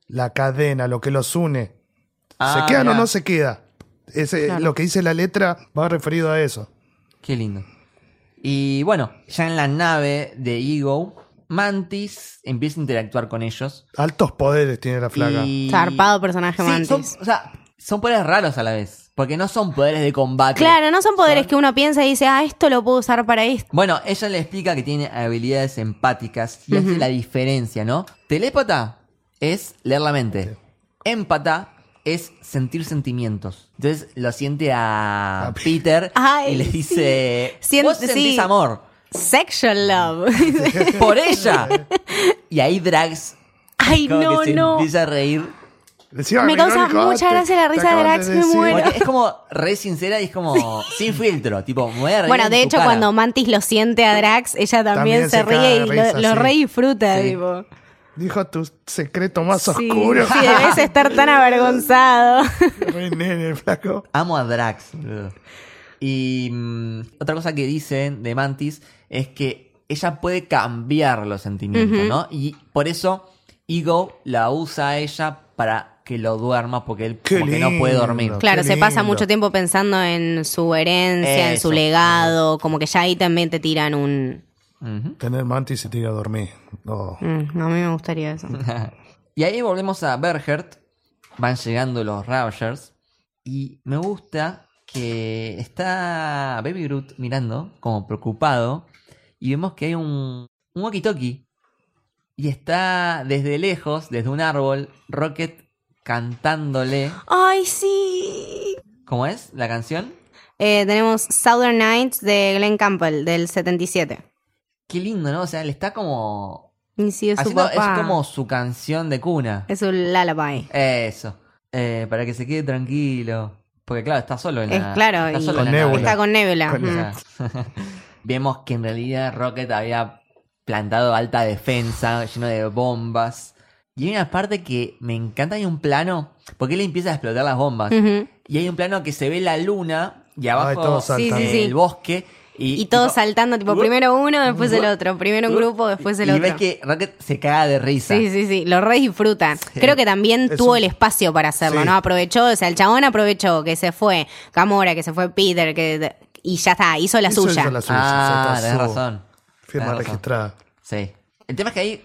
la cadena, lo que los une.
Ah,
¿Se quedan
mirá.
o no se queda? Ese,
Claro.
Lo que dice la letra va referido a eso.
Qué lindo. Y bueno, ya en la nave de Ego, Mantis empieza a interactuar con ellos.
Altos poderes tiene la flaca.
Y...
Zarpado personaje
Sí,
Mantis.
son- o sea, son poderes raros a la vez. Porque no son poderes de combate.
Claro, no son poderes que uno piensa y dice, ah, esto lo puedo usar para esto.
Bueno, ella le explica que tiene habilidades empáticas y hace la diferencia, ¿no? Telépata es leer la mente. Empata es sentir sentimientos. Entonces lo siente a,
A
Peter
Ay,
y le
sí.
dice,
Sien-
vos sentís
sí.
amor
Sexual love.
por ella. y ahí Drax
Ay,
como
no,
que se
no.
empieza a reír.
Decía,
Me
"Mirá,
causa
Nico,
mucha
te-
gracia la
te
risa de
acaban
Drax, me
decir".
muero.
Porque es como re sincera y es como sin filtro. Tipo, me voy a reír
Bueno,
en
de
tu
hecho,
cara.
cuando Mantis lo siente a Drax, ella también,
También
se,
se caga
ríe
de
y
risa,
lo, lo
sí.
re disfruta,
Sí.
tipo.
Dijo tu secreto más
Sí,
oscuro.
sí, debes estar tan avergonzado.
Re nene, flaco.
Amo a Drax, boludo. Y mm, otra cosa que dicen de Mantis es que ella puede cambiar los sentimientos, ¿no? Y por eso Ego la usa a ella para que lo duerma porque él
Qué
como que no puede dormir.
lindo.
Claro,
Qué
se pasa
lindo.
mucho tiempo pensando en su herencia, en
Eso.
su legado, como que ya ahí también te tiran un...
Ujú.
Tener mantis y te ir a dormir. No.
Mm, a mí me gustaría eso.
Y ahí volvemos a Berhert. Van llegando los Ravagers. Y me gusta que está Baby Groot mirando, como preocupado. Y vemos que hay un, un walkie-talkie. Y está desde lejos, desde un árbol, Rocket cantándole.
Ay, sí.
¿Cómo es la canción?
Eh, tenemos Southern Nights de Glenn Campbell, del 77.
Qué lindo, ¿no? O sea, le está como.
Y sí, es su
haciendo- es
papá.
como su canción de cuna.
Es un lullaby.
Eso. Eh, para que se quede tranquilo. Porque claro, está solo en
Es
la
claro,
está
y-
solo
Con
en la nave.
Nebula.
Está con Nebula.
Con
mm.
O sea, Vemos que en realidad Rocket había plantado alta defensa, lleno de bombas. Y hay una parte que me encanta, hay un plano, porque él empieza a explotar las bombas.
Ujú.
Y hay un plano que se ve la luna y
Ay,
abajo
todos saltan.
Sí, sí, sí.
el bosque. Y,
Y todos
tipo,
saltando, tipo, primero uno, después el otro. Primero un grupo, después el
y
otro.
ves que Rocket se caga de risa.
Sí, sí, sí, lo re disfrutan. Creo que también
Es
tuvo
un-
el espacio para hacerlo,
Sí.
¿no? Aprovechó, o sea, el chabón aprovechó que se fue Gamora, que se fue Peter, que y ya está, hizo la
Hizo-
suya.
hizo la suya,
Ah,
se
tenés
tasó.
razón.
Firma
Tenés razón.
registrada.
Sí. El tema es que ahí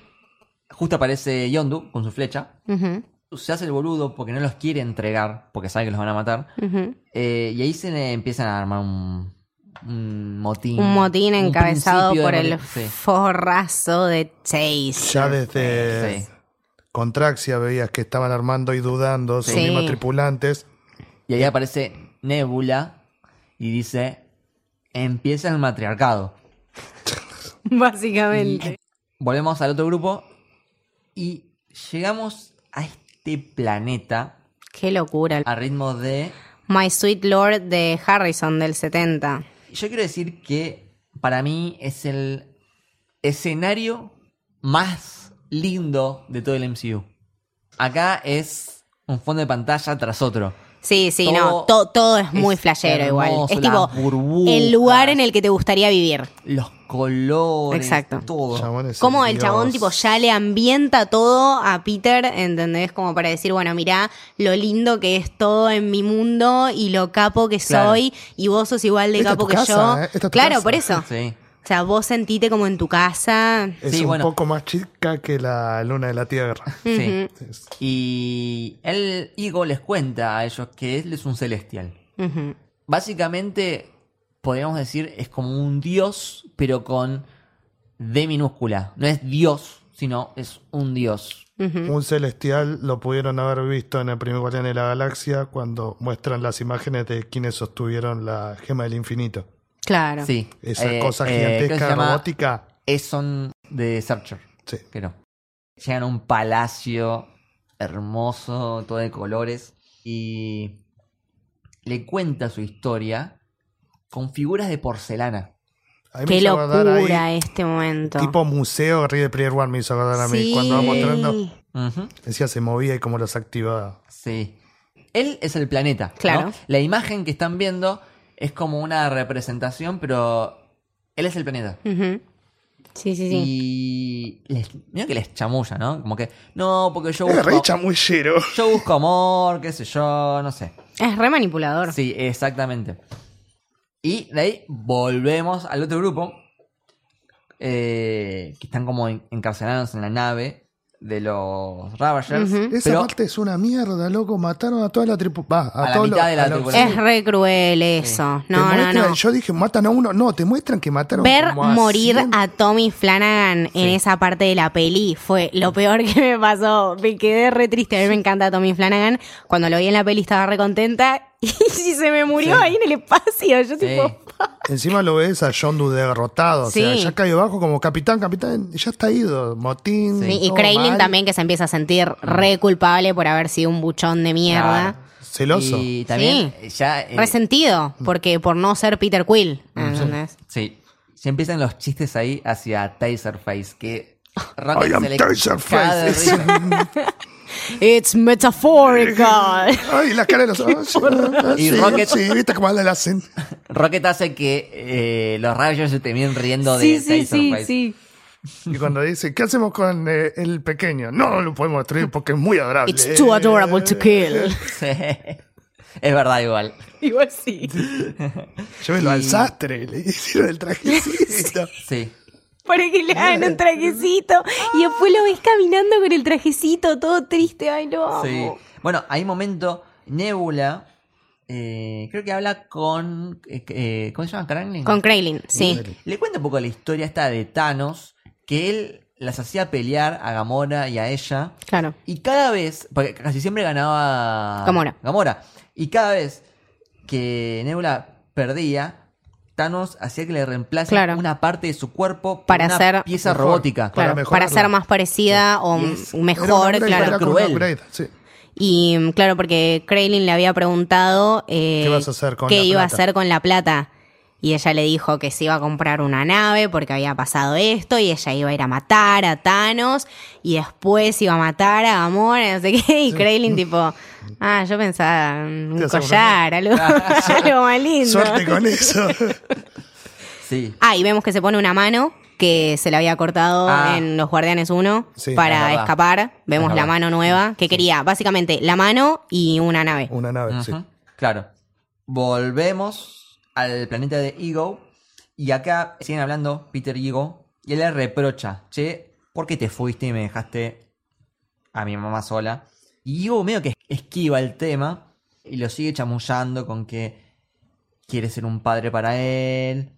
justo aparece Yondu con su flecha.
Ujú,
Se hace el boludo porque no los quiere entregar, porque sabe que los van a matar.
ujú.
Eh, y ahí se le empiezan a armar un, un motín.
Un motín
Un
encabezado
principio de
por el
motín, sí.
forrazo de Chase.
Ya desde
Sí.
Contraxia veías que estaban armando y dudando sus
Sí.
mismos tripulantes.
Y ahí aparece Nebula y dice: Empieza el matriarcado.
Básicamente.
Volvemos al otro grupo y llegamos a este planeta
Qué locura.
a ritmo de.
My Sweet Lord de Harrison del 70.
Yo quiero decir que para mí es el escenario más lindo de todo el MCU. Acá es un fondo de pantalla tras otro.
Sí, sí, no,
Todo
to- todo es muy
es
flashero igual.
hermoso,
Es tipo
las burbujas.
el lugar en el que te gustaría vivir.
Los colores,
Exacto.
todo.
Chabón es
Como el
Dios.
chabón tipo ya le ambienta todo a Peter, ¿entendés? Como para decir, bueno, mirá lo lindo que es todo en mi mundo y lo capo que
Claro.
soy y vos sos igual de
Esta es
capo
tu
que
casa,
yo.
¿eh? Esta es tu
claro,
casa.
por eso.
Sí.
O O sea, vos sentite como en tu casa.
Es
Sí,
un
bueno.
poco más chica que la luna de la Tierra.
Sí.
Es-
Y el Ego les cuenta a ellos que él es un celestial.
Ujú.
Básicamente, podríamos decir, es como un dios, pero con D minúscula. No es dios, sino es un dios.
Un celestial lo pudieron haber visto en el primer Guardián de la Galaxia cuando muestran las imágenes de quienes sostuvieron la gema del infinito.
Claro.
Sí.
Esa
Eh,
cosa
eh, creo que se
gigantesca,
llama
robótica.
Eson de Searcher.
Sí.
Creo. Llegan a un palacio hermoso, todo de colores. Y le cuenta su historia con figuras de porcelana.
A mí me
Qué
hizo acordar ahí,
locura este momento.
Tipo museo, Río de Player One me hizo acordar a mí.
Sí.
Cuando va mostrando,
Ujú.
decía se movía y como los activaba.
Sí. Él es el planeta. ¿no?
Claro.
La imagen que están viendo es como una representación, pero él es el planeta.
Ujú. Sí, sí, sí.
Y les, mira que les chamulla, ¿no? Como que, no, porque yo
Es re
busco,
chamullero.
yo busco amor, qué sé yo, no sé.
Es re manipulador.
Sí, exactamente. Y de ahí volvemos al otro grupo, eh, que están como en- encarcelados en la nave de los Ravagers.
Ujú.
Esa parte es una mierda, loco. Mataron a toda la tripulación.
A
A,
la
todos
mitad
los-
de la
a los-
tripulación.
Es re cruel eso.
Te
No, no,
muestran-
no.
Yo dije, matan a uno. No, te muestran que mataron
Ver
como a
morir
100.
a Tommy Flanagan en esa parte de la peli fue lo peor que me pasó. Me quedé re triste. A mí me encanta Tommy Flanagan. Cuando lo vi en la peli estaba re contenta. Y se me murió
Sí.
ahí en el espacio. Yo
Sí.
tipo.
Encima lo ves a John Doe derrotado. O sea,
Sí.
ya cayó abajo como capitán, capitán. Ya está ido. Motín.
Sí.
Y
todo
Kraylin
mal,
también que se empieza a sentir re culpable por haber sido un buchón de mierda.
Mm. Claro.
Celoso.
Y también ya... eh, Mm,
Resentido, porque por no ser Peter Quill. ¿entendés?
Sí. Ya empiezan los chistes ahí hacia Taserface, que
I am
le cae de
Taserface.
risa.
It's metaphorical.
Ay, las caras de los. ah, sí, ah,
Y
sí,
Rocket-
Sí, viste cómo le hacen.
Rocket hace que eh, los Ravagers se terminen riendo de
sí, sí, sí,
Taserface.
sí.
Y cuando dice, ¿qué hacemos con eh, el pequeño? No lo podemos destruir porque es muy adorable.
It's too adorable to kill.
Sí. Es verdad igual.
Igual sí.
Llévelo al sastre, le hicieron el trajecito.
Sí.
Para que le hagan un trajecito. Y después lo ves caminando con el trajecito, todo triste. Ay, lo amo.
sí. Bueno, hay un momento, Nebula, eh, creo que habla con... eh, eh, ¿Cómo se llama? Krangling.
Con Kraylin, sí.
Le cuenta un poco la historia esta de Thanos, que él las hacía pelear a Gamora y a ella.
Claro.
Y cada vez, porque casi siempre ganaba
Gamora.
Y cada vez que Nebula perdía, Thanos hacía que le reemplace
Claro.
una parte de su cuerpo
Para
una
hacer-
pieza
Mejor.
robótica.
Para
Claro, para
mejorarlo.
ser más parecida o
Y es-
m- mejor,
Era un upgrade,
claro.
era como un
Cruel.
upgrade, sí.
Y mm, claro, porque Kraylin le había preguntado eh,
¿Qué vas a hacer con
qué
la
iba
plata?
a hacer con la plata. Y ella le dijo que se iba a comprar una nave porque había pasado esto y ella iba a ir a matar a Thanos y después iba a matar a Gamora, no sé qué. Y Kraylin tipo, ah, yo pensaba en
Te
un
vas a
collar, algo, algo más lindo.
Suerte con eso.
Sí.
Ah, y vemos que se pone una mano que se le había cortado
Ah.
en Los Guardianes 1
Sí,
es
para
verdad.
escapar. Vemos
Es
la
verdad.
mano nueva que quería, básicamente, la mano y una nave.
Una nave, sí.
Ujú, Claro. Volvemos al planeta de Ego. Y acá siguen hablando Peter y Ego. Y él le reprocha. Che, ¿por qué te fuiste y me dejaste a mi mamá sola? Y Ego medio que esquiva el tema. Y lo sigue chamullando con que quiere ser un padre para él.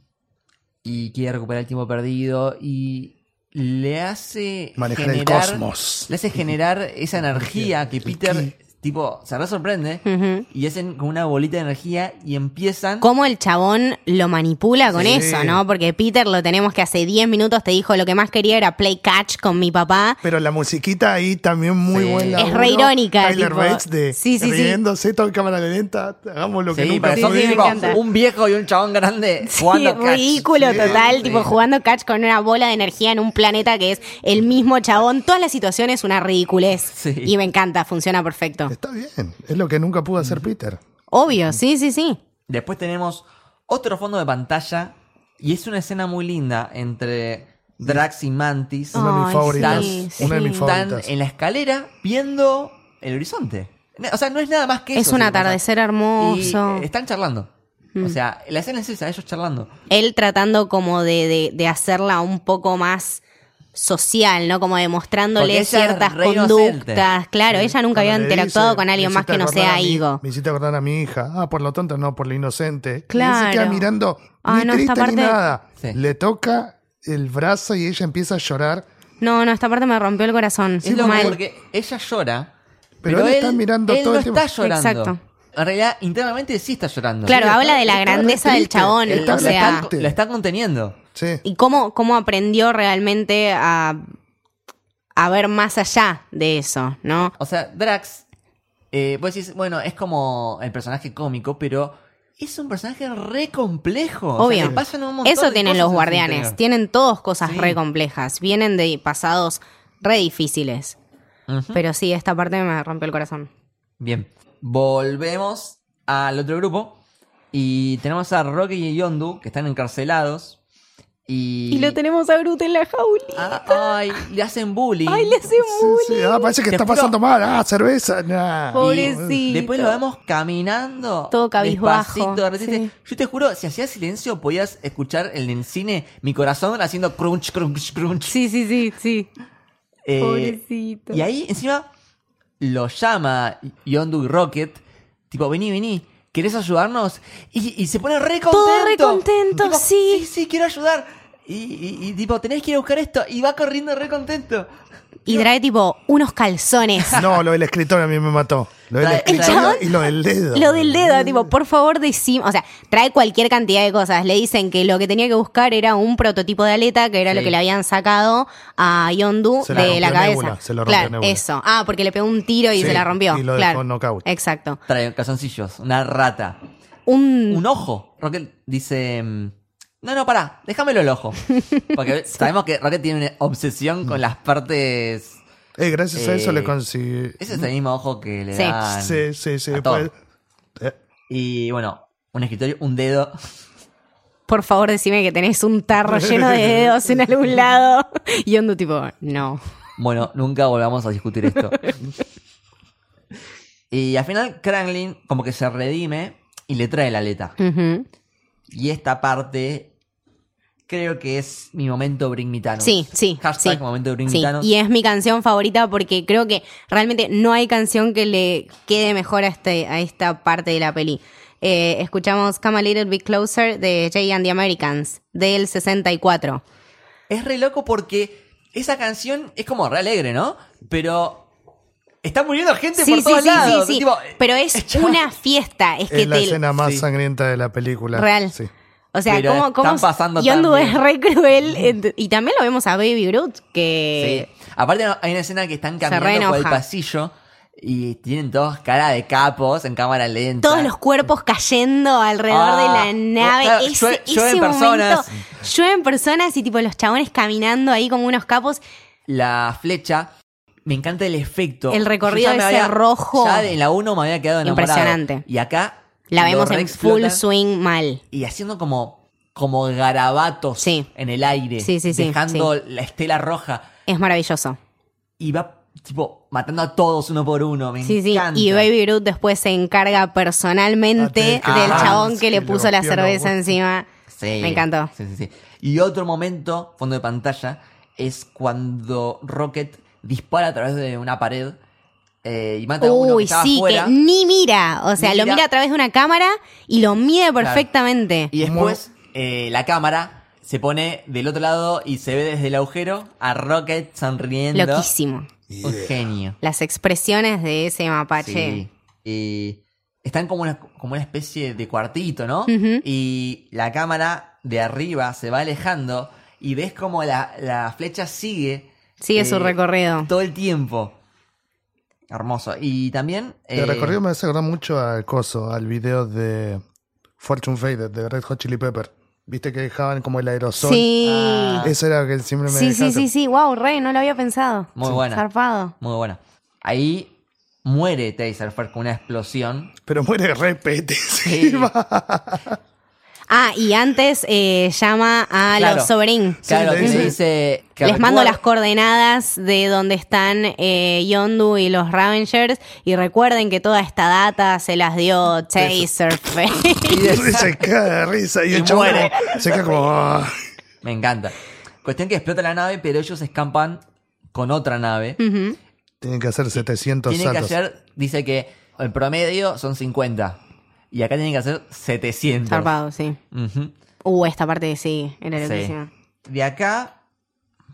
Y quiere recuperar el tiempo perdido. Y le hace
Manejar el
generar...
cosmos.
Le hace generar esa energía que Peter, tipo, se re sorprende.
Ujú.
Y hacen como una bolita de energía y empiezan.
Cómo el chabón lo manipula con
Sí.
eso, ¿no? Porque Peter lo tenemos que hace 10 minutos te dijo lo que más quería era play catch con mi papá.
Pero la musiquita ahí también muy
Sí.
buena.
Es re irónica,
Tyler
tipo,
Bates de
sí, sí, sí.
riéndose, todo en cámara lenta. Hagamos lo que
Sí,
nunca
para
sí,
esos
sí, me
tipos,
encanta.
un viejo y un chabón grande jugando
Sí,
catch.
ridículo
Sí,
total,
sí.
tipo jugando catch con una bola de energía en un planeta que es el mismo chabón. Toda la situación es una ridiculez.
Sí.
Y me encanta, funciona perfecto.
Está bien. Es lo que nunca pudo hacer Peter.
Obvio, sí, sí, sí.
Después tenemos otro fondo de pantalla y es una escena muy linda entre Drax y Mantis.
Una de mis
Ay,
favoritas.
sí,
una de
sí.
mis
Están
favoritas.
en la escalera viendo el horizonte. O sea, no es nada más que
Es
eso.
un
lo que pasa.
atardecer
Y,
hermoso. Mm.
eh, están charlando. O sea, la escena es esa, ellos charlando.
Él tratando como de, de- de hacerla un poco más social, ¿no? Como
Porque
demostrándole
ella es
ciertas
re inocente.
conductas. Claro, ella nunca había
Cuando le
interactuado
dice,
con alguien
"Me
más que
hiciste
no
acordar a
sea
mí-
Higo.
Me hiciste acordar a mi hija. Ah, por lo tonto, no, por lo inocente. Y él
Claro.
se queda mirando,
Ah,
ni
no, esta
triste ni
parte-
nada.
Sí.
Le toca el brazo y ella empieza a llorar.
No, no, esta parte me rompió el corazón.
es loco
mal.
porque ella llora,
Pero
pero,
él
él,
está mirando
él
todo
no
el tiempo.
está llorando.
Exacto.
En realidad, internamente sí está llorando.
Claro,
Sí,
habla
está-
de la
está re
grandeza del
triste,
chabón.
está
o
la,
re
sea,
triste.
están, la están conteniendo.
Sí.
y cómo, cómo aprendió realmente a, a ver más allá de eso, ¿no?
O sea, Drax, eh, vos decís, bueno, es como el personaje cómico, pero es un personaje re complejo. O sea,
Obvio.
le pasan un montón
Eso
de
tienen
cosas
los
en su
guardianes.
interior.
Tienen todos cosas
Sí.
re complejas. Vienen de pasados re difíciles.
Ujú.
Pero sí, esta parte me rompió el corazón.
Bien, volvemos al otro grupo y tenemos a Rocky y Yondu que están encarcelados y...
tenemos a Groot en la jaula.
Ah, ay, le hacen bullying.
hacemos.
Sí, sí. Ah, parece que
Te
está
juro-
pasando mal. Ah, cerveza. nah.
Y
Pobrecito.
Después lo vemos caminando.
Todo cabizbajo,
despacito, de repente.
sí.
Yo te juro, si hacías silencio podías escuchar en el cine mi corazón haciendo crunch, crunch, crunch.
Sí, sí, sí, sí.
Eh,
Pobrecito.
Y ahí encima lo llama Yondu y Rocket. Tipo, vení, vení. ¿Querés ayudarnos? Y, y se pone re contento.
Todo re contento,
Tipo,
sí.
Sí, sí, quiero ayudar. Y, y- y tipo, tenés que ir a buscar esto. Y va corriendo re contento.
Y trae tipo unos calzones.
No, lo del escritor a mí me mató. Lo del
El
escritor
chabón-
y lo del dedo.
Lo del dedo, tipo, por favor decime, o sea, trae cualquier cantidad de cosas. Le dicen que lo que tenía que buscar era un prototipo de aleta, que era
Sí.
lo que le habían sacado a Yondu
Se la
de la
rompió
cabeza.
Nebula, se lo rompió
claro,
Nebula.
eso. Ah, porque le pegó un tiro y
Sí,
se la rompió.
y lo
claro.
dejó knockout.
Exacto.
Trae calzoncillos, una rata.
Un,
Un ojo. Rocket dice... mm, No, no, pará. Déjamelo el ojo. Porque sabemos que Rocket tiene una obsesión
Mm.
con las partes...
Eh, gracias a eso
Eh,
le conseguí.
Ese es el mismo ojo que le
Sí.
dan...
Mm. Sí, sí, sí.
a
pues,
todo.
eh,
Y bueno, un escritorio, un dedo.
por favor decime que tenés un tarro lleno de dedos en algún lado. Y Yondu tipo, no.
Bueno, nunca volvamos a discutir esto. y al final Kranglin como que se redime y le trae la aleta.
Ujú.
Y esta parte creo que es mi momento Bring Me Thanos.
Sí, sí.
Hashtag
sí.
momento Bring Me
Sí,
Thanos.
Y es mi canción favorita porque creo que realmente no hay canción que le quede mejor a, este, a esta parte de la peli. Eh, escuchamos Come a Little Bit Closer de Jay and the Americans del 64.
Es re loco porque esa canción es como re alegre, ¿no? Pero está muriendo gente por todos lados. Tipo, eh,
Pero es
ya-
una fiesta. Es que
es la
te-
escena más
Sí.
sangrienta de la película.
Real.
Sí.
O sea,
Pero
como, como
están pasando
Yondu
tan
es re cruel. ent- Y también lo vemos a Baby Groot, que
Sí. Aparte no, hay una escena que están caminando por
reenoja.
el pasillo y tienen todos cara de capos en cámara lenta.
todos los cuerpos cayendo alrededor
Ah,
de la nave.
claro,
ese,
llue- llueven
ese
personas.
momento, llueven personas y tipo los chabones caminando ahí como unos capos.
la flecha. Me encanta el efecto.
El recorrido
Yo ya me
ese rojo.
Ya en la 1 me había quedado enamorado.
Impresionante.
Y acá
La
lo
vemos en full
reexplotan
swing mal.
Y haciendo como, como garabatos
Sí.
en el aire.
Sí, sí, sí,
Dejando la estela roja.
Es maravilloso.
Y va, tipo, matando a todos uno por uno. Me
Sí, sí.
encanta.
Y Baby Groot después se encarga personalmente del
Ah,
ah,
chabón que
sí,
le
le
puso la
rompió la
cerveza
boca.
encima.
Sí.
Me encantó.
Sí, sí, sí. Y otro momento, fondo de pantalla, es cuando Rocket dispara a través de una pared eh, y mata a uno que
Uy,
estaba
sí,
afuera.
que ni mira. O sea,
Ni
lo
mira.
mira a través de una cámara y lo mide perfectamente.
Y después eh, la cámara se pone del otro lado y se ve desde el agujero a Rocket sonriendo.
Loquísimo.
Un genio.
Las expresiones de ese mapache.
Sí. Y están como una, como una especie de cuartito, ¿no?
Ujú.
Y la cámara de arriba se va alejando y ves como la, la flecha sigue.
Sigue
eh,
su recorrido.
Todo el tiempo. Hermoso. Y también.
El
eh,
recorrido me hace acordar mucho al coso, al video de Fortune Faded de Red Hot Chili Pepper. Viste que dejaban como el aerosol.
Sí.
Ah,
Eso era lo que siempre me
sí, sí,
dejaste.
sí, sí. Wow, re, no lo había pensado.
Muy buena.
Zarpado.
Muy buena. Ahí muere Taserfer con una explosión. Eh,
Pero muere repete.
Sí.
Ah, y antes eh, llama a
Claro.
los Sovereign.
Claro,
Sí,
que
le
le
dice-
dice. que
Les mando
recuer-
las coordenadas de donde están eh, Yondu y los Ravengers. Y recuerden que toda esta data se las dio Taser
y de-
se cae de risa y,
Y
el chabón
muere.
como- se queda como. "Ah".
Me encanta. Cuestión que explota la nave, pero ellos escapan con otra nave.
Ujú.
Tienen que hacer 700
Tienen que
saltos.
hacer, dice que el promedio son 50. Y acá tienen que hacer 700.
Zarpado, sí.
Ujú.
Uh, esta parte sí, era
Sí.
loquísima.
De acá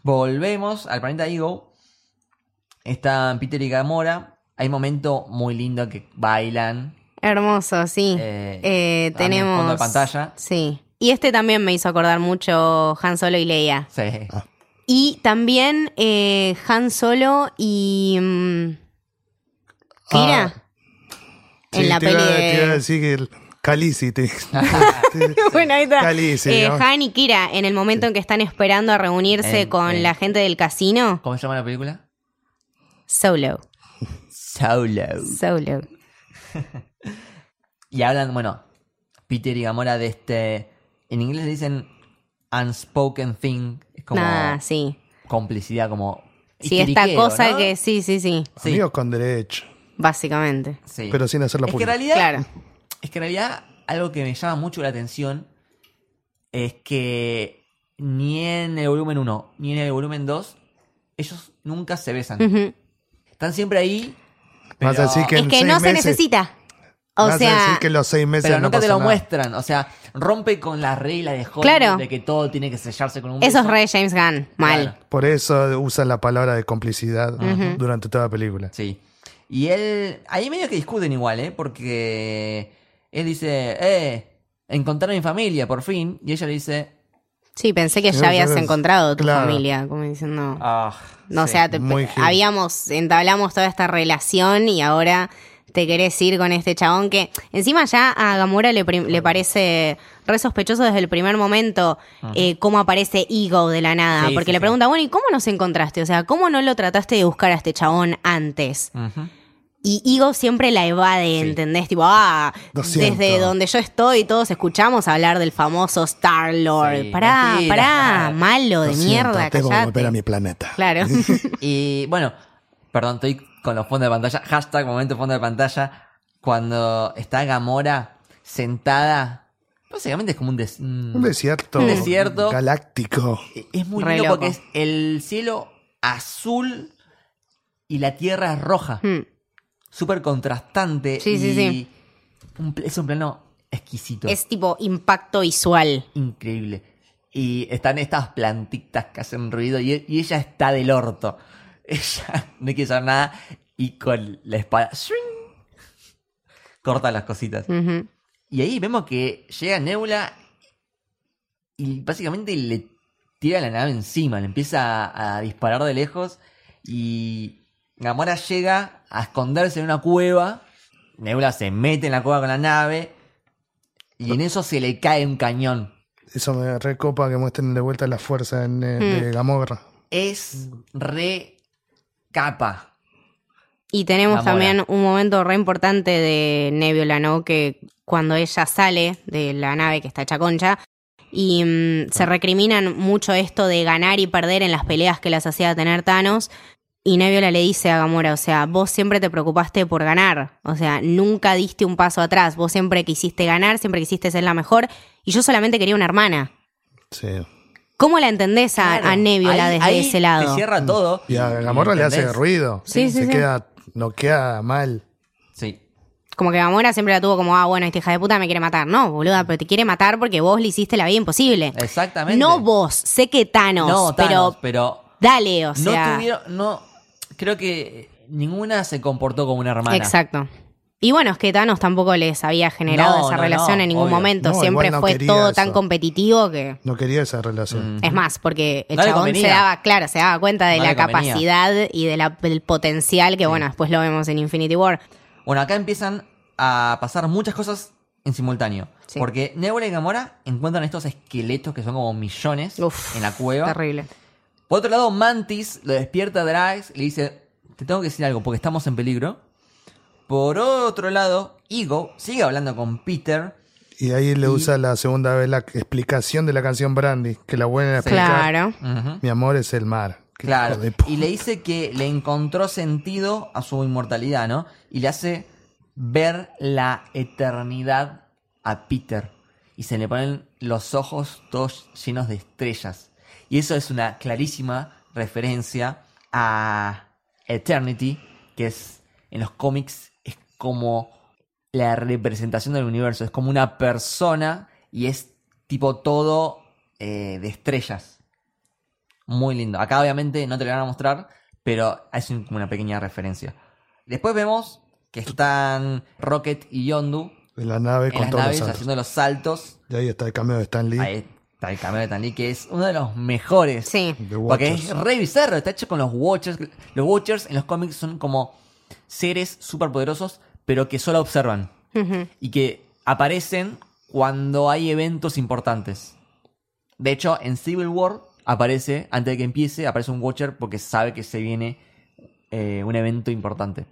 volvemos al planeta Ego. Están Peter y Gamora. Hay un momento muy lindo que bailan.
Hermoso, sí.
Eh,
Eh,
también
tenemos.
fondo de pantalla.
Sí. Y este también me hizo acordar mucho Han Solo y Leia.
Sí.
Ah.
Y también eh, Han Solo y. mm, Kira.
Ah,
en la
te iba-
peli de-
te iba a decir que el Calici. te- te-
bueno, ahí está.
Calici,
Eh,
¿no?
Han y Kira, en el momento en que están esperando a reunirse
En-
con
en-
la gente del casino,
¿Cómo se llama la película?
solo.
Solo.
Solo.
Y hablan, bueno, Peter y Gamora de este. En inglés le dicen unspoken thing. Es como
Nada, sí.
complicidad, como.
Sí, esta
histeriqueo,
cosa
¿no?
que sí, sí, sí.
Sí.
Amigos con derecho.
Básicamente.
Sí.
Pero sin hacerlo
es que en
público.
realidad,
Claro.
es que en realidad algo que me llama mucho la atención es que ni en el volumen 1 ni en el volumen 2 ellos nunca se besan.
Ujú.
Están siempre ahí,
Vas a
Pero-
decir que
Es
en
que
seis
no se
meses-
necesita. O
vas a
sea,
decir que en los seis meses
pero
no
nunca te
pasa
lo
nada.
muestran. O sea, rompe con la regla de Hollywood
Claro.
de que todo tiene que sellarse con un
eso es
beso.
re James Gunn. Mal.
Claro,
Por eso usan la palabra de complicidad durante toda la película.
sí. Y él, ahí medio que discuten igual, ¿eh? Porque él dice, eh, encontré a mi familia, por fin. Y ella le dice,
Sí, pensé que
Sí,
ya habías
sabes.
encontrado tu
Claro.
familia. Como diciendo.
ah,
No, o
sí.
sea, te-
muy heavy.
habíamos, entablamos toda esta relación y ahora te querés ir con este chabón que encima ya a Gamora le, prim- le parece re sospechoso desde el primer momento eh, cómo aparece Ego de la nada,
Sí,
porque
sí,
le
sí.
pregunta, bueno, ¿y cómo nos encontraste? O sea, ¿cómo no lo trataste de buscar a este chabón antes?
Ujú.
Y Ego siempre la evade, ¿entendés? Tipo, ah,
200.
desde donde yo estoy todos escuchamos hablar del famoso Star-Lord.
Sí,
pará,
mentira.
pará, malo de
Lo siento,
mierda,
Tengo que
callate.
volver a mi planeta.
Claro.
Y bueno, perdón, estoy con los fondos de pantalla. Hashtag momento fondo de pantalla. Cuando está Gamora sentada, básicamente es como un, des- un-
Un desierto.
Un desierto.
Galáctico.
Es muy
Re
lindo
loco.
porque es el cielo azul y la tierra es roja.
Hmm.
Súper contrastante.
Sí, sí,
y
sí.
un pl- es un plano exquisito.
Es tipo impacto visual.
increíble. Y están estas plantitas que hacen ruido y, y ella está del orto. Ella no quiere saber nada y con la espada ¡shring! corta las cositas.
Ujú.
Y ahí vemos que llega Nebula y básicamente le tira la nave encima, le empieza a, a disparar de lejos y Gamora llega a esconderse en una cueva. Nebula se mete en la cueva con la nave y en eso se le cae un cañón.
Eso me recopa que muestren de vuelta la fuerza en, eh,
Mm.
de Gamorra.
es re capa.
Y tenemos
Gamora.
también un momento re importante de Nebula, ¿no? Que cuando ella sale de la nave que está hecha concha y mm, se recriminan mucho esto de ganar y perder en las peleas que las hacía tener Thanos. Y Nebula le dice a Gamora, o sea, vos siempre te preocupaste por ganar, o sea, nunca diste un paso atrás, vos siempre quisiste ganar, siempre quisiste ser la mejor, y yo solamente quería una hermana.
Sí.
¿Cómo la entendés a, a Nebula desde ese lado?
Se cierra todo.
Y a Gamorra le hace
¿Entendés?
ruido.
Sí, sí,
Se
sí.
queda noqueada mal.
Sí.
Como que Gamora siempre la tuvo como, ah, bueno, esta hija de puta me quiere matar. No, boluda, pero te quiere matar porque vos le hiciste la vida imposible.
Exactamente.
No vos, sé que Thanos,
No, Thanos,
pero
pero,
dale, o sea.
no tuvieron, no, creo que ninguna se comportó como una hermana.
Exacto. Y bueno, es que Thanos tampoco les había generado
No,
esa
no,
relación
no,
en ningún
obvio.
momento.
No,
siempre
igual no
fue
quería
todo
eso.
tan competitivo que.
No quería esa
Mm.
relación.
Es más, porque el
No le
chabón se
convenía.
daba, claro, se daba cuenta de
No
la
le convenía.
capacidad y de la- del potencial que, bueno, después lo vemos en Infinity War.
Bueno, acá empiezan a pasar muchas cosas en simultáneo.
Sí.
Porque Nebula y Gamora encuentran estos esqueletos que son como millones
Uf,
en la cueva.
Terrible.
Por otro lado, Mantis lo despierta a Drax y le dice, te tengo que decir algo porque estamos en peligro. Por otro lado, Ego sigue hablando con Peter
Y Y ahí le
Y-
usa la segunda vez la explicación de la canción Brandy, que la buena explicar.
Claro.
Ujú.
Mi amor es el mar. Qué
Claro.
hijo de pu-
Y le dice que le encontró sentido a su inmortalidad, ¿no? Y le hace ver la eternidad a Peter. Y se le ponen los ojos todos llenos de estrellas. Y eso es una clarísima referencia a Eternity, que es en los cómics es como la representación del universo. Es como una persona y es tipo todo eh, de estrellas. Muy lindo. Acá obviamente no te lo van a mostrar, pero es un- como una pequeña referencia. Después vemos que están Rocket y Yondu
De la nave
en
con
las
todos los
naves
santos.
haciendo los saltos.
Y ahí está el cameo de Stan Lee.
Ahí está el cameo de Tan Lee, que es uno de los mejores.
Sí.
de
Porque
Watchers.
es re bizarro, está hecho con los Watchers. Los Watchers en los cómics son como seres superpoderosos, pero que solo observan.
Ujú.
Y que aparecen cuando hay eventos importantes. De hecho, en Civil War aparece, antes de que empiece, aparece un Watcher porque sabe que se viene eh, un evento importante.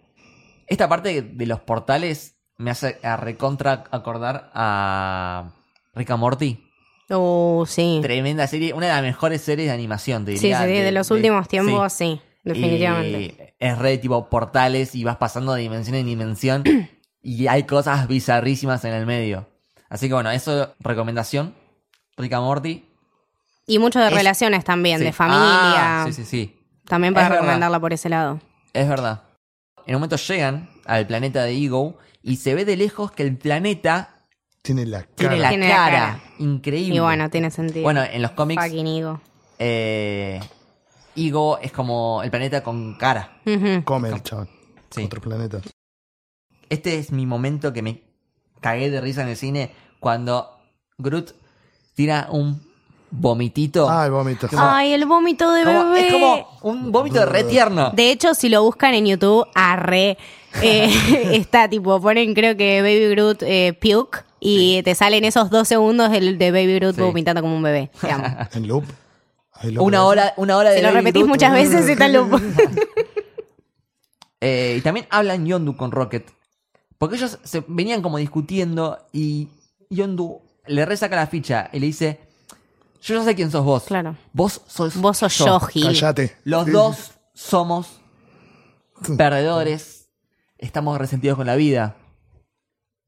Esta parte de los portales me hace a recontra acordar a Rick and Morty.
Oh, sí.
Tremenda serie, una de las mejores series de animación, te
Sí,
diría.
sí, sí, de, los últimos tiempos, sí. definitivamente.
Eh, es re tipo portales y vas pasando de dimensión en dimensión y hay cosas bizarrísimas en el medio. Así que bueno, eso recomendación. Rica Morty.
Y mucho de
es-
relaciones tambibién,
Sí.
de
Ah,
familia.
sí, sí, sí.
También
Es
para
verdad.
recomendarla por ese lado.
Es verdad. En un momento llegan al planeta de Ego y se ve de lejos que el planeta
Tiene la cara.
tiene la,
Tiene la
cara.
cara.
Increíble.
Y bueno, tiene sentido.
Bueno, en los cómics,
Fucking ego.
eh, Ego es como el planeta con cara.
Ujú.
Come el chabón.
Sí.
Otro planeta.
Este es mi momento que me cagué de risa en el cine cuando Groot tira un vomitito.
Ah, el vómito.
Qué mal.
Ay, el vómito de
Como-
bebé.
es como un vómito re tierno.
De hecho, si lo buscan en YouTube, arre. eh, está tipo, ponen creo que Baby Groot eh, puke y te salen esos dos segundos del de Baby Groot
Sí.
vomitando como un bebé. Te amo.
En loop. Ahí lo
Una
veo.
hora, una hora de
Si lo
Baby
repetís
Groot.
muchas veces, está en loop.
Eh, y también hablan Yondu con Rocket. Porque ellos se venían como discutiendo y Yondu le resaca la ficha y le dice: Yo ya sé quién sos vos.
Claro.
Vos sos
Vos sos yo, Gil.
Cállate.
Los
Sí,
dos somos
sí.
perdedores, estamos resentidos con la vida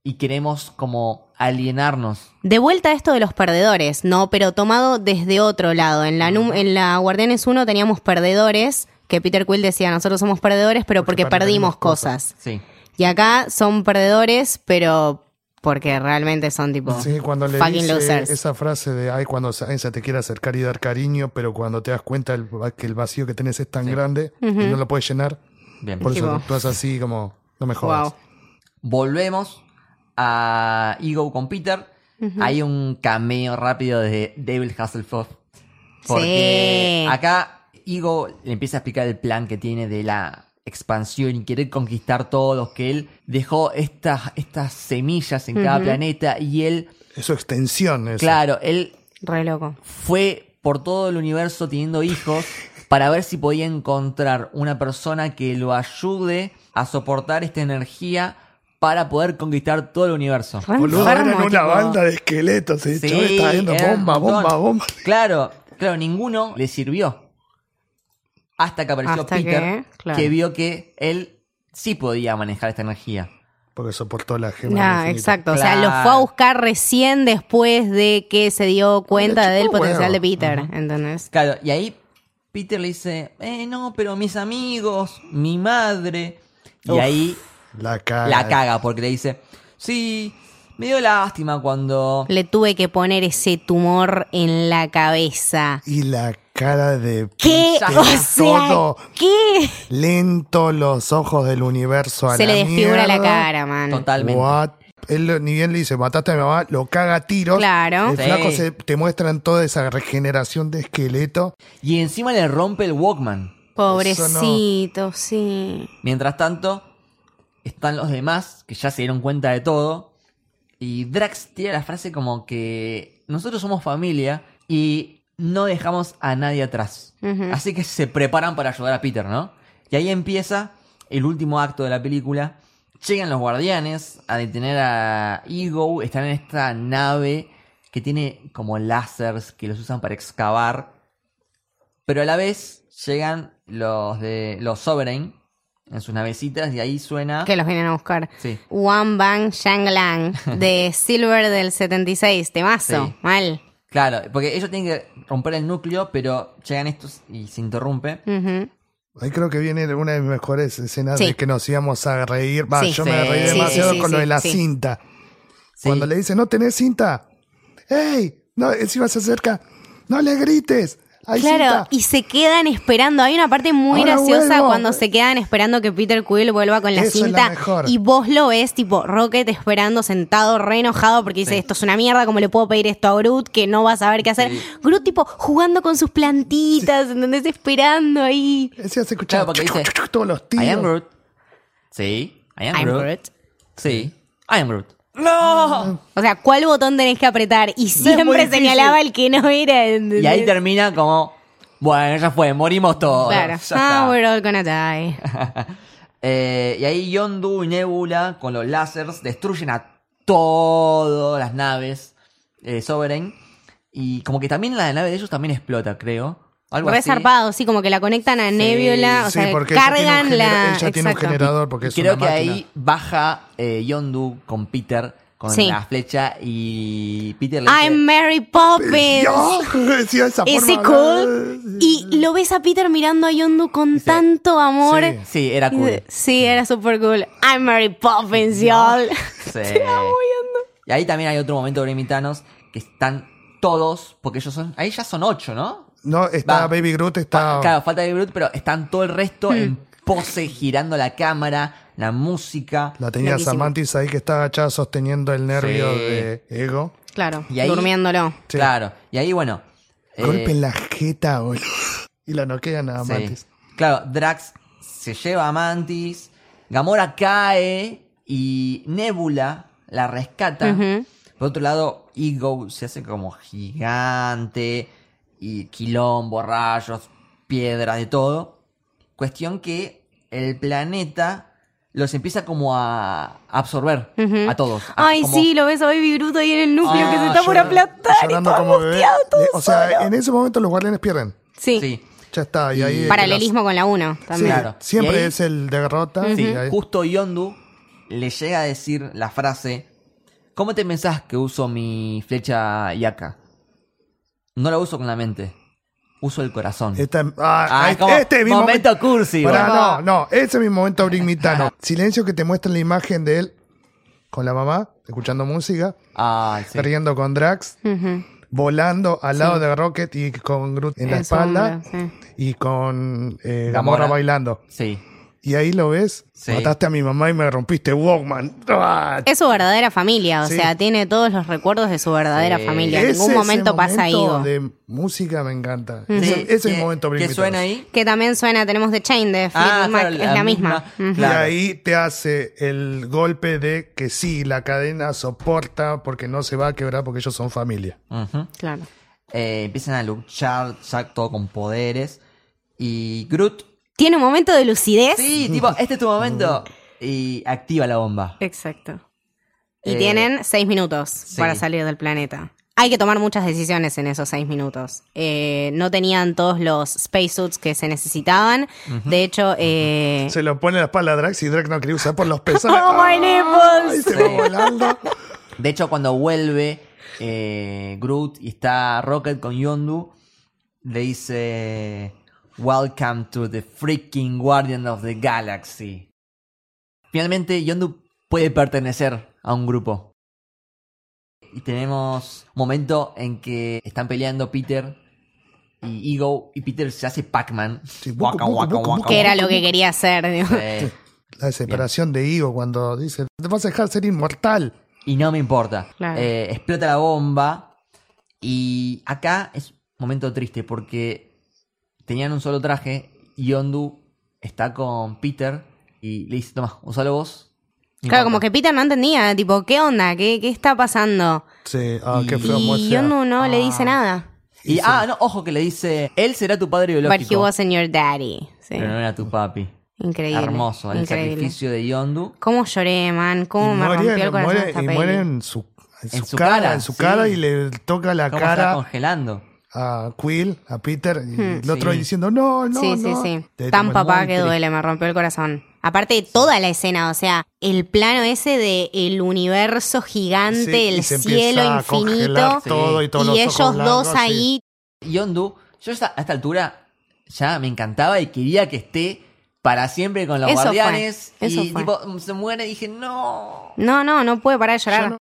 y queremos como alienarnos.
De vuelta a esto de los perdedores, ¿no? Pero tomado desde otro lado. En la, num- en la Guardianes 1 teníamos perdedores, que Peter Quill decía, nosotros somos perdedores, pero
Porque
porque, perdimos
perdimos
cosas.
Sí.
Y acá son perdedores, pero porque realmente son tipo...
Sí, cuando le
Fucking
dice
losers.
esa frase de ay, cuando Sansa te quiere acercar y dar cariño, pero cuando te das cuenta el- que el vacío que tenés es tan
Sí.
grande y no lo puedes llenar,
Bien.
por eso
Tipo.
actúas así como, no me jodas.
wow.
Volvemos a Ego con Peter. Hay un cameo rápido de David Hasselhoff. Porque
Sí.
acá Ego le empieza a explicar el plan que tiene de la expansión y querer conquistar todos, que él dejó estas, estas semillas en cada planeta y él,
Es su extensión, eso.
claro, él
Re loco.
fue por todo el universo teniendo hijos para ver si podía encontrar una persona que lo ayude a soportar esta energía para poder conquistar todo el universo.
Re
Boludo,
enfermo,
eran una
tipo.
banda de esqueletos. se
Sí,
está viendo
era un
bomba, bomba,
montón.
bomba.
Claro, claro, ninguno le sirvió. Hasta que apareció
Hasta
Peter,
que,
que,
claro.
vio que él sí podía manejar esta energía.
Porque soportó la gema. del
Nah,
infinito.
exacto. O sea,
Claro.
lo fue a buscar recién después de que se dio cuenta
Le
del
chupó
potencial de
huevo.
Peter. ¿Entendés?
Claro, y ahí Peter le dice, eh, no, pero mis amigos, mi madre. Y
Uf.
ahí
La caga.
la caga porque le dice, sí, me dio lástima cuando...
Le tuve que poner ese tumor en la cabeza.
Y la cara de
¿Qué?
Ya
O
está.
sea,
Todo.
¿qué?
lento los ojos del universo a
Se
la
le desfigura la
mierda.
cara, man.
Totalmente.
What? Él lo- ni bien le dice, mataste a mi mamá, lo caga a tiros.
Claro.
El
Sí.
flaco se, te muestran toda esa regeneración de esqueleto.
Y encima le rompe el Walkman.
Pobrecito, sí.
Mientras tanto, están los demás que ya se dieron cuenta de todo. Y Drax tiene la frase como que nosotros somos familia y no dejamos a nadie atrás.
Ujú.
Así que se preparan para ayudar a Peter, ¿no? Y ahí empieza el último acto de la película, Llegan los guardianes a detener a Ego. Están en esta nave que tiene como lásers que los usan para excavar. Pero a la vez llegan los de los Sovereign en sus navecitas y ahí suena.
Que los vienen a buscar.
Sí.
Wang Bang Shanglang de Silver del 76, temazo,
Sí.
mal.
Claro, porque ellos tienen que romper el núcleo, pero llegan estos y se interrumpe.
Ujú.
Ahí creo que viene una de mis mejores escenas
Sí.
de que nos íbamos a reír. Va,
Sí.
yo me
Sí.
reí
Sí,
demasiado
sí, sí,
con lo
sí,
de la
sí.
cinta.
Sí.
Cuando le dice, no tenés cinta. ¡Ey! No, encima se acerca. ¡No le grites! ¡Hay
Claro,
cinta!
y se quedan esperando. Hay una parte muy
Ahora
graciosa
vuelvo.
cuando se quedan esperando que Peter Quill vuelva con la
Eso es la
cinta.
mejor.
Y vos lo ves, tipo, Rocket esperando, sentado, re enojado, porque dice,
Sí.
esto es una mierda, ¿cómo le puedo pedir esto a Groot? Que no va a saber qué hacer.
Sí.
Groot, tipo, jugando con sus plantitas, ¿entendés? Esperando ahí.
Encima se
Claro,
escuchaba
porque dice,
todos los
I am
tiros.
Groot. Sí. I am
I'm
Groot.
Groot.
Sí. I am Groot. ¡No!
O sea, ¿cuál botón tenés que apretar? Y
muy
siempre
difícil.
señalaba el que no era. ¿entendés?
Y ahí termina como. Bueno, ya fue, morimos todos.
Claro.
Ya
Ah,
está.
we're all gonna die.
Eh, y ahí Yondu y Nebula con los lásers destruyen a todas las naves eh, Sovereign. Y como que también la nave de ellos también explota, creo. Algo
Re
así.
zarpado, sí, como que la conectan a
Sí,
Nebula, Ah, o
Sí,
sea,
porque ella tiene un
cargan la.
genera- ella tiene un
Exacto.
generador porque
Y
es
creo
una
que
máquina.
ahí baja eh, Yondu con Peter con
Sí.
la flecha y Peter le dice,
I'm Mary Poppins.
¡Yo! Decía esa
Is it
forma.
cool? Y lo ves a Peter mirando a Yondu con
Dice,
tanto amor.
Sí.
Sí, era
Y
cool.
dice, Sí, era super cool. I'm Mary Poppins, y'all.
Sí. Y ahí también hay otro momento de Grim y Thanos que están todos, porque ellos son, ahí ya son ocho, ¿no?
No, está
Va.
Baby Groot,
Fa-
está...
Claro, falta de Groot, pero están todo el resto en pose, girando la cámara, la música.
La tenía
Loquísimo.
Samantis ahí que está agachada sosteniendo el nervio
Sí.
de Ego.
Claro,
Y ahí-
durmiéndolo.
Sí.
Claro. Y ahí, bueno. eh,
Golpe en la jeta, boludo. Y la noquean a
sí.
Samantis.
Claro, Drax se lleva a Mantis. Gamora cae y Nebula la rescata.
Ujú.
Por otro lado, Ego se hace como gigante. Y quilombo, rayos, piedras, de todo. Cuestión que el planeta los empieza como a absorber
Ujú.
a todos. A-
Ay,
como-
sí, lo ves a Baby Bruto ahí en el núcleo
Ah,
que se está por
llora-
aplastar y
Ah, llorando
todo
como bebé.
angustiado, todo
Le- O sea,
solo.
en ese momento los guardianes pierden.
Sí,
Sí.
Ya está. Y ahí
paralelismo con la 1
Sí,
también.
Claro.
Siempre
Y ahí-
es el derrota.
Sí,
y ahí-
justo Yondu le llega a decir la frase: ¿Cómo te pensás que uso mi flecha Yaka? No la uso con la mente, uso el corazón.
Esta- ah,
Ah,
ahí-
es como
este mismo
momento cursi,
Pará,
bueno.
no, no, ese mismo momento brigmitano. Silencio que te muestra la imagen de él con la mamá, escuchando música,
Ay, sí.
riendo con Drax,
Ujú.
volando al lado de Rocket y con Groot en la
En
espalda
sombra,
y con eh,
Gamora.
Gamora bailando.
Sí.
Y ahí lo ves,
Sí.
mataste a mi mamá y me rompiste Walkman. ¡Ah!
Es su verdadera familia, o
Sí.
sea, tiene todos los recuerdos de su verdadera
Sí.
familia. En
Ese
ningún
es el
momento pasa
momento
Ivo.
de música me encanta.
Sí,
Ese, ese es
¿qué-
el momento
¿Qué
brigmitano.
suena ahí?
Que también suena, tenemos The Chain de Fleetwood
Ah,
Mac,
claro,
es la misma. Mm.
Claro.
Y ahí te hace el golpe de que sí, la cadena soporta porque no se va a quebrar porque ellos son familia.
Ujú.
Claro.
Eh, empiezan a luchar, Jack todo con poderes. Y Groot.
Tiene un momento de lucidez.
Sí, tipo, este es tu momento. Y activa la bomba.
Exacto. Y
Eh,
tienen seis minutos para
sí.
salir del planeta. Hay que tomar muchas decisiones en esos seis minutos. Eh, no tenían todos los spacesuits que se necesitaban. De hecho, eh,
Se lo pone en la espalda a Drax y Drax no quería usar por los pesados.
Oh, my nipples.
Y se va
Sí.
volando.
De hecho, cuando vuelve eh, Groot y está Rocket con Yondu, le dice: Welcome to the freaking Guardian of the Galaxy. Finalmente, Yondu puede pertenecer a un grupo. Y tenemos un momento en que están peleando Peter y Ego, y Peter se hace Pac-Man.
Sí, buco, buco, buco, buco.
que era lo que quería hacer. digo.
Sí.
La desesperación de Igo cuando dice, te vas a dejar ser inmortal.
y no me importa.
Claro.
Eh, explota la bomba y acá es un momento triste porque tenían un solo traje y Yondu está con Peter y le dice, toma, usalo vos. No
Claro, como
importa".
que Peter no entendía, tipo, ¿qué onda? ¿Qué, qué está pasando?
Sí, ah,
Y-
qué feo
y
muestra.
Yondu no
Ah.
le dice nada.
Y, ah, no, ojo que le dice, él será tu padre
But he
biológico.
wasn't your daddy. Sí.
Pero no era tu papi.
Increíble.
Eh, Hermoso, el
increíble.
sacrificio de Yondu.
¿Cómo lloré, man?
Y
¿Cómo me rompió el corazón
muere-
esta
y
peli?
muere en su, en
En
su
su
cara,
cara,
en su
sí.
cara y le toca la
¿Cómo está
cara
congelando?
a Quill, a Peter, y el otro
Sí.
diciendo, no, no,
Hmm, sí, sí,
no".
sí.
Te-
Tan
muy
papá que
triste.
duele, me rompió el corazón. Aparte de toda la escena, o sea, el plano ese de el universo gigante,
Sí, y
el
se
cielo
empieza a congelar
infinito
todo y, todos los
y
ojos
ellos
blancos,
dos
sí.
ahí.
Yondu, yo hasta- a esta altura ya me encantaba y quería que esté para siempre con los
Eso fue,
guardianes.
eso
y
fue.
tipo, se muere y dije, no.
No, no, no pude parar de llorar.
Yo no-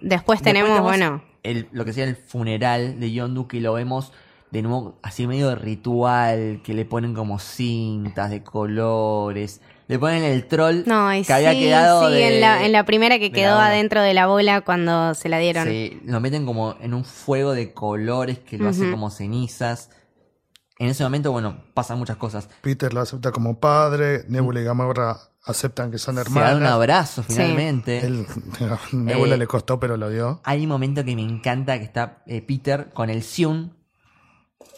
Después tenemos,
Después
bueno,
el- lo que sería el funeral de Yondu, que lo vemos de nuevo así medio de ritual, que le ponen como cintas de colores, le ponen el troll
no, y
que
sí,
había quedado
sí,
de-
en, la, en la primera que
de la
quedó
ola.
adentro de la bola cuando se la dieron.
Sí, lo meten como en un fuego de colores que lo hace
Ujú.
como cenizas. En ese momento, bueno, pasan muchas cosas.
Peter lo acepta como padre, Nebula y Gamora aceptan que son
Se dan un
hermanas.
abrazo finalmente.
Él- Nebula
Eh.
le costó, pero lo dio.
Hay un momento que me encanta que está eh, Peter con el Sion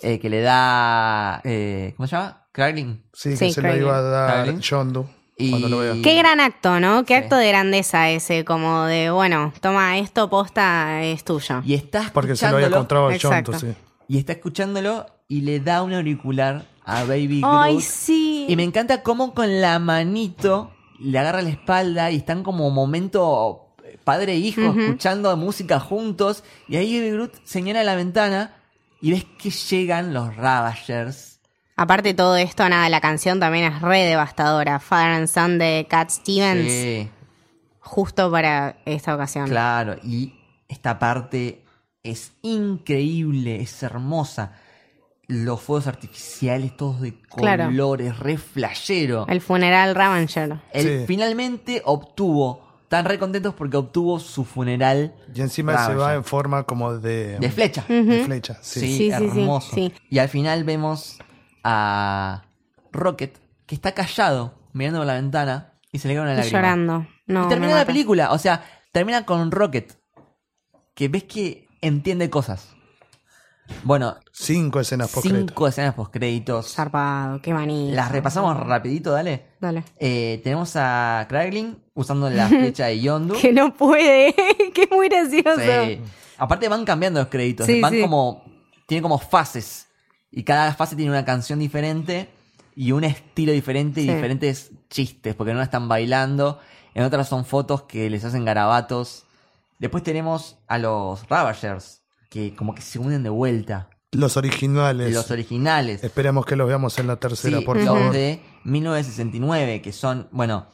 eh, que le da. eh, ¿Cómo se llama? Kragling.
Sí, que
Sí,
se lo iba a dar
Crowley.
Yondu
Y-
cuando lo vea.
Sí.
Qué gran acto, ¿no? Qué
Sí.
acto de grandeza ese, como de, bueno, toma, esto posta es tuyo.
Y está
Porque se lo había
escuchándolo-
encontrado Yondu,
Exacto.
sí.
Y está escuchándolo y le da un auricular a Baby Groot.
Ay, sí.
Y me encanta cómo con la manito le agarra la espalda y están como momento padre e hijo
Ujú.
escuchando música juntos. Y ahí Baby Groot señala la ventana y ves que llegan los Ravagers.
Aparte de todo esto, nada, la canción también es re devastadora. Father and Son de Cat Stevens,
Sí,
justo para esta ocasión.
claro. Y esta parte es increíble, es hermosa. Los fuegos artificiales, todos de
Claro.
colores, re flashero.
El funeral Ravager.
Él
Sí.
finalmente obtuvo, están re contentos porque obtuvo su funeral
Y encima
Bravo,
se va
sí.
en forma como de,
de flecha.
de flecha.
Sí,
Sí.
Mm. Sí, sí, sí,
hermoso.
sí.
Y al final vemos a Rocket que está callado mirando por la ventana y se le cae una lágrima.
Llorando. No,
y
me
termina la
mata.
película, o sea, termina con Rocket que ves que entiende cosas. Bueno,
Cinco escenas post
cinco escenas post créditos.
Zarpado, qué manía.
Las repasamos rapidito, dale.
Dale.
Eh, tenemos a Kragling usando la flecha de Yondu.
Que no puede, que es muy gracioso.
Sí. Aparte van cambiando los créditos,
Sí,
van
sí.
como tiene como fases y cada fase tiene una canción diferente y un estilo diferente y
Sí.
diferentes chistes, porque en una están bailando, en otras son fotos que les hacen garabatos. Después tenemos a los Ravagers que como que se unen de vuelta,
Los originales.
los originales.
Esperemos que los veamos en la tercera,
Sí,
por
los
favor.
de 1969, que son, bueno,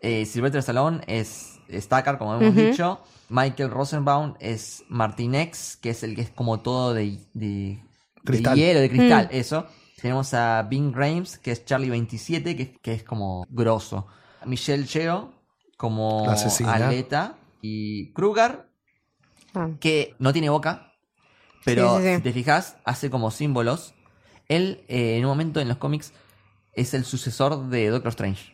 eh, Sylvester Stallone es Stackard, como hemos
Ujú.
dicho. Michael Rosenbaum es Martinex, que es el que es como todo de, de- de
Cristal.
hielo, de cristal, eso. Tenemos a Bing Rames, que es Charlie 27, que, que es como grosso. Michelle Cheo, como
La asesina.
Aleta. Y Kruger,
Ah.
que no tiene boca, pero
Sí, sí, sí.
si te fijas, hace como símbolos. Él, eh, en un momento en los cómics, es el sucesor de Doctor Strange.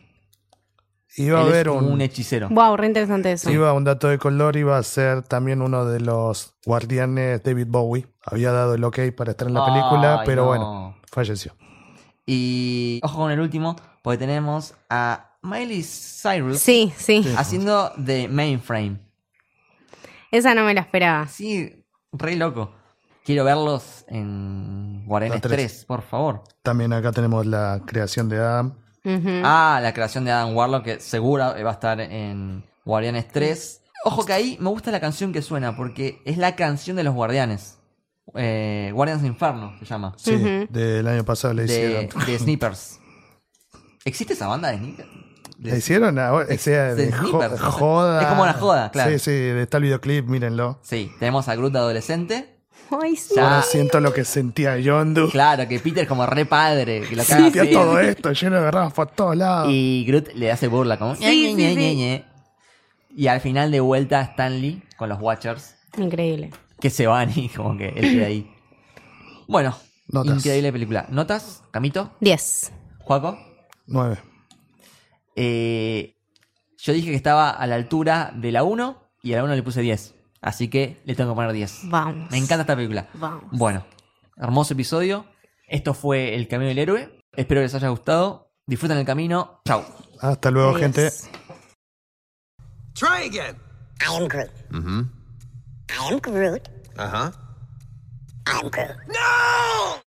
Iba a
Él es
haber
como
un,
un... hechicero.
Wow, re interesante eso.
iba un dato de color, iba a ser también uno de los guardianes David Bowie. Había dado el ok para estar en la
Ay,
película, pero
no.
bueno, falleció.
Y ojo con el último, porque tenemos a Miley Cyrus
Sí, sí,
haciendo de mainframe.
Esa no me la esperaba.
Sí, re loco. Quiero verlos en Guardianes
La tres.
3, por favor.
También acá tenemos la creación de Adam.
Ujú.
Ah, la creación de Adam Warlock, que segura va a estar en Guardianes 3. Ojo que ahí me gusta la canción que suena, porque es la canción de los Guardianes. Eh, Guardians Inferno se llama.
Sí,
Ujú.
del año pasado le
De,
hicieron.
de Snippers. ¿Existe esa banda de Snippers?
Le hicieron ahora, o sea,
de
de jo-
Snippers, ¿no?
joda.
Es como la joda, claro.
Sí, sí, está el videoclip, mírenlo.
Sí, tenemos a Groot de adolescente.
Ay, sí.
Ya,
Ahora siento lo que sentía Yondu.
claro, que Peter es como re padre. Que lo caga
Sentía
así.
todo esto, lleno de garrafas por todos lados.
Y Groot le hace burla, como...
Sí,
"Ñe, Ñe,
sí,
Ñe,
sí.
Ñe, Ñe". Y al final de vuelta Stanley con los Watchers.
Increíble.
que se van y como que él queda ahí. Bueno,
Notas.
increíble película. ¿Notas? ¿Camito?
10.
¿Juaco?
Nueve.
Eh, yo dije que estaba a la altura de la 1 y a la 1 le puse 10. Así que le tengo que poner 10.
Vamos.
Me encanta esta película.
Vamos.
Bueno, hermoso episodio. Esto fue El Camino del Héroe. Espero que les haya gustado. Disfruten el camino. Chau.
Hasta luego, gente.
Adiós.
Try again.
I am Groot.
Mm-hmm.
I am Groot.
Uh-huh.
I am Groot.
No!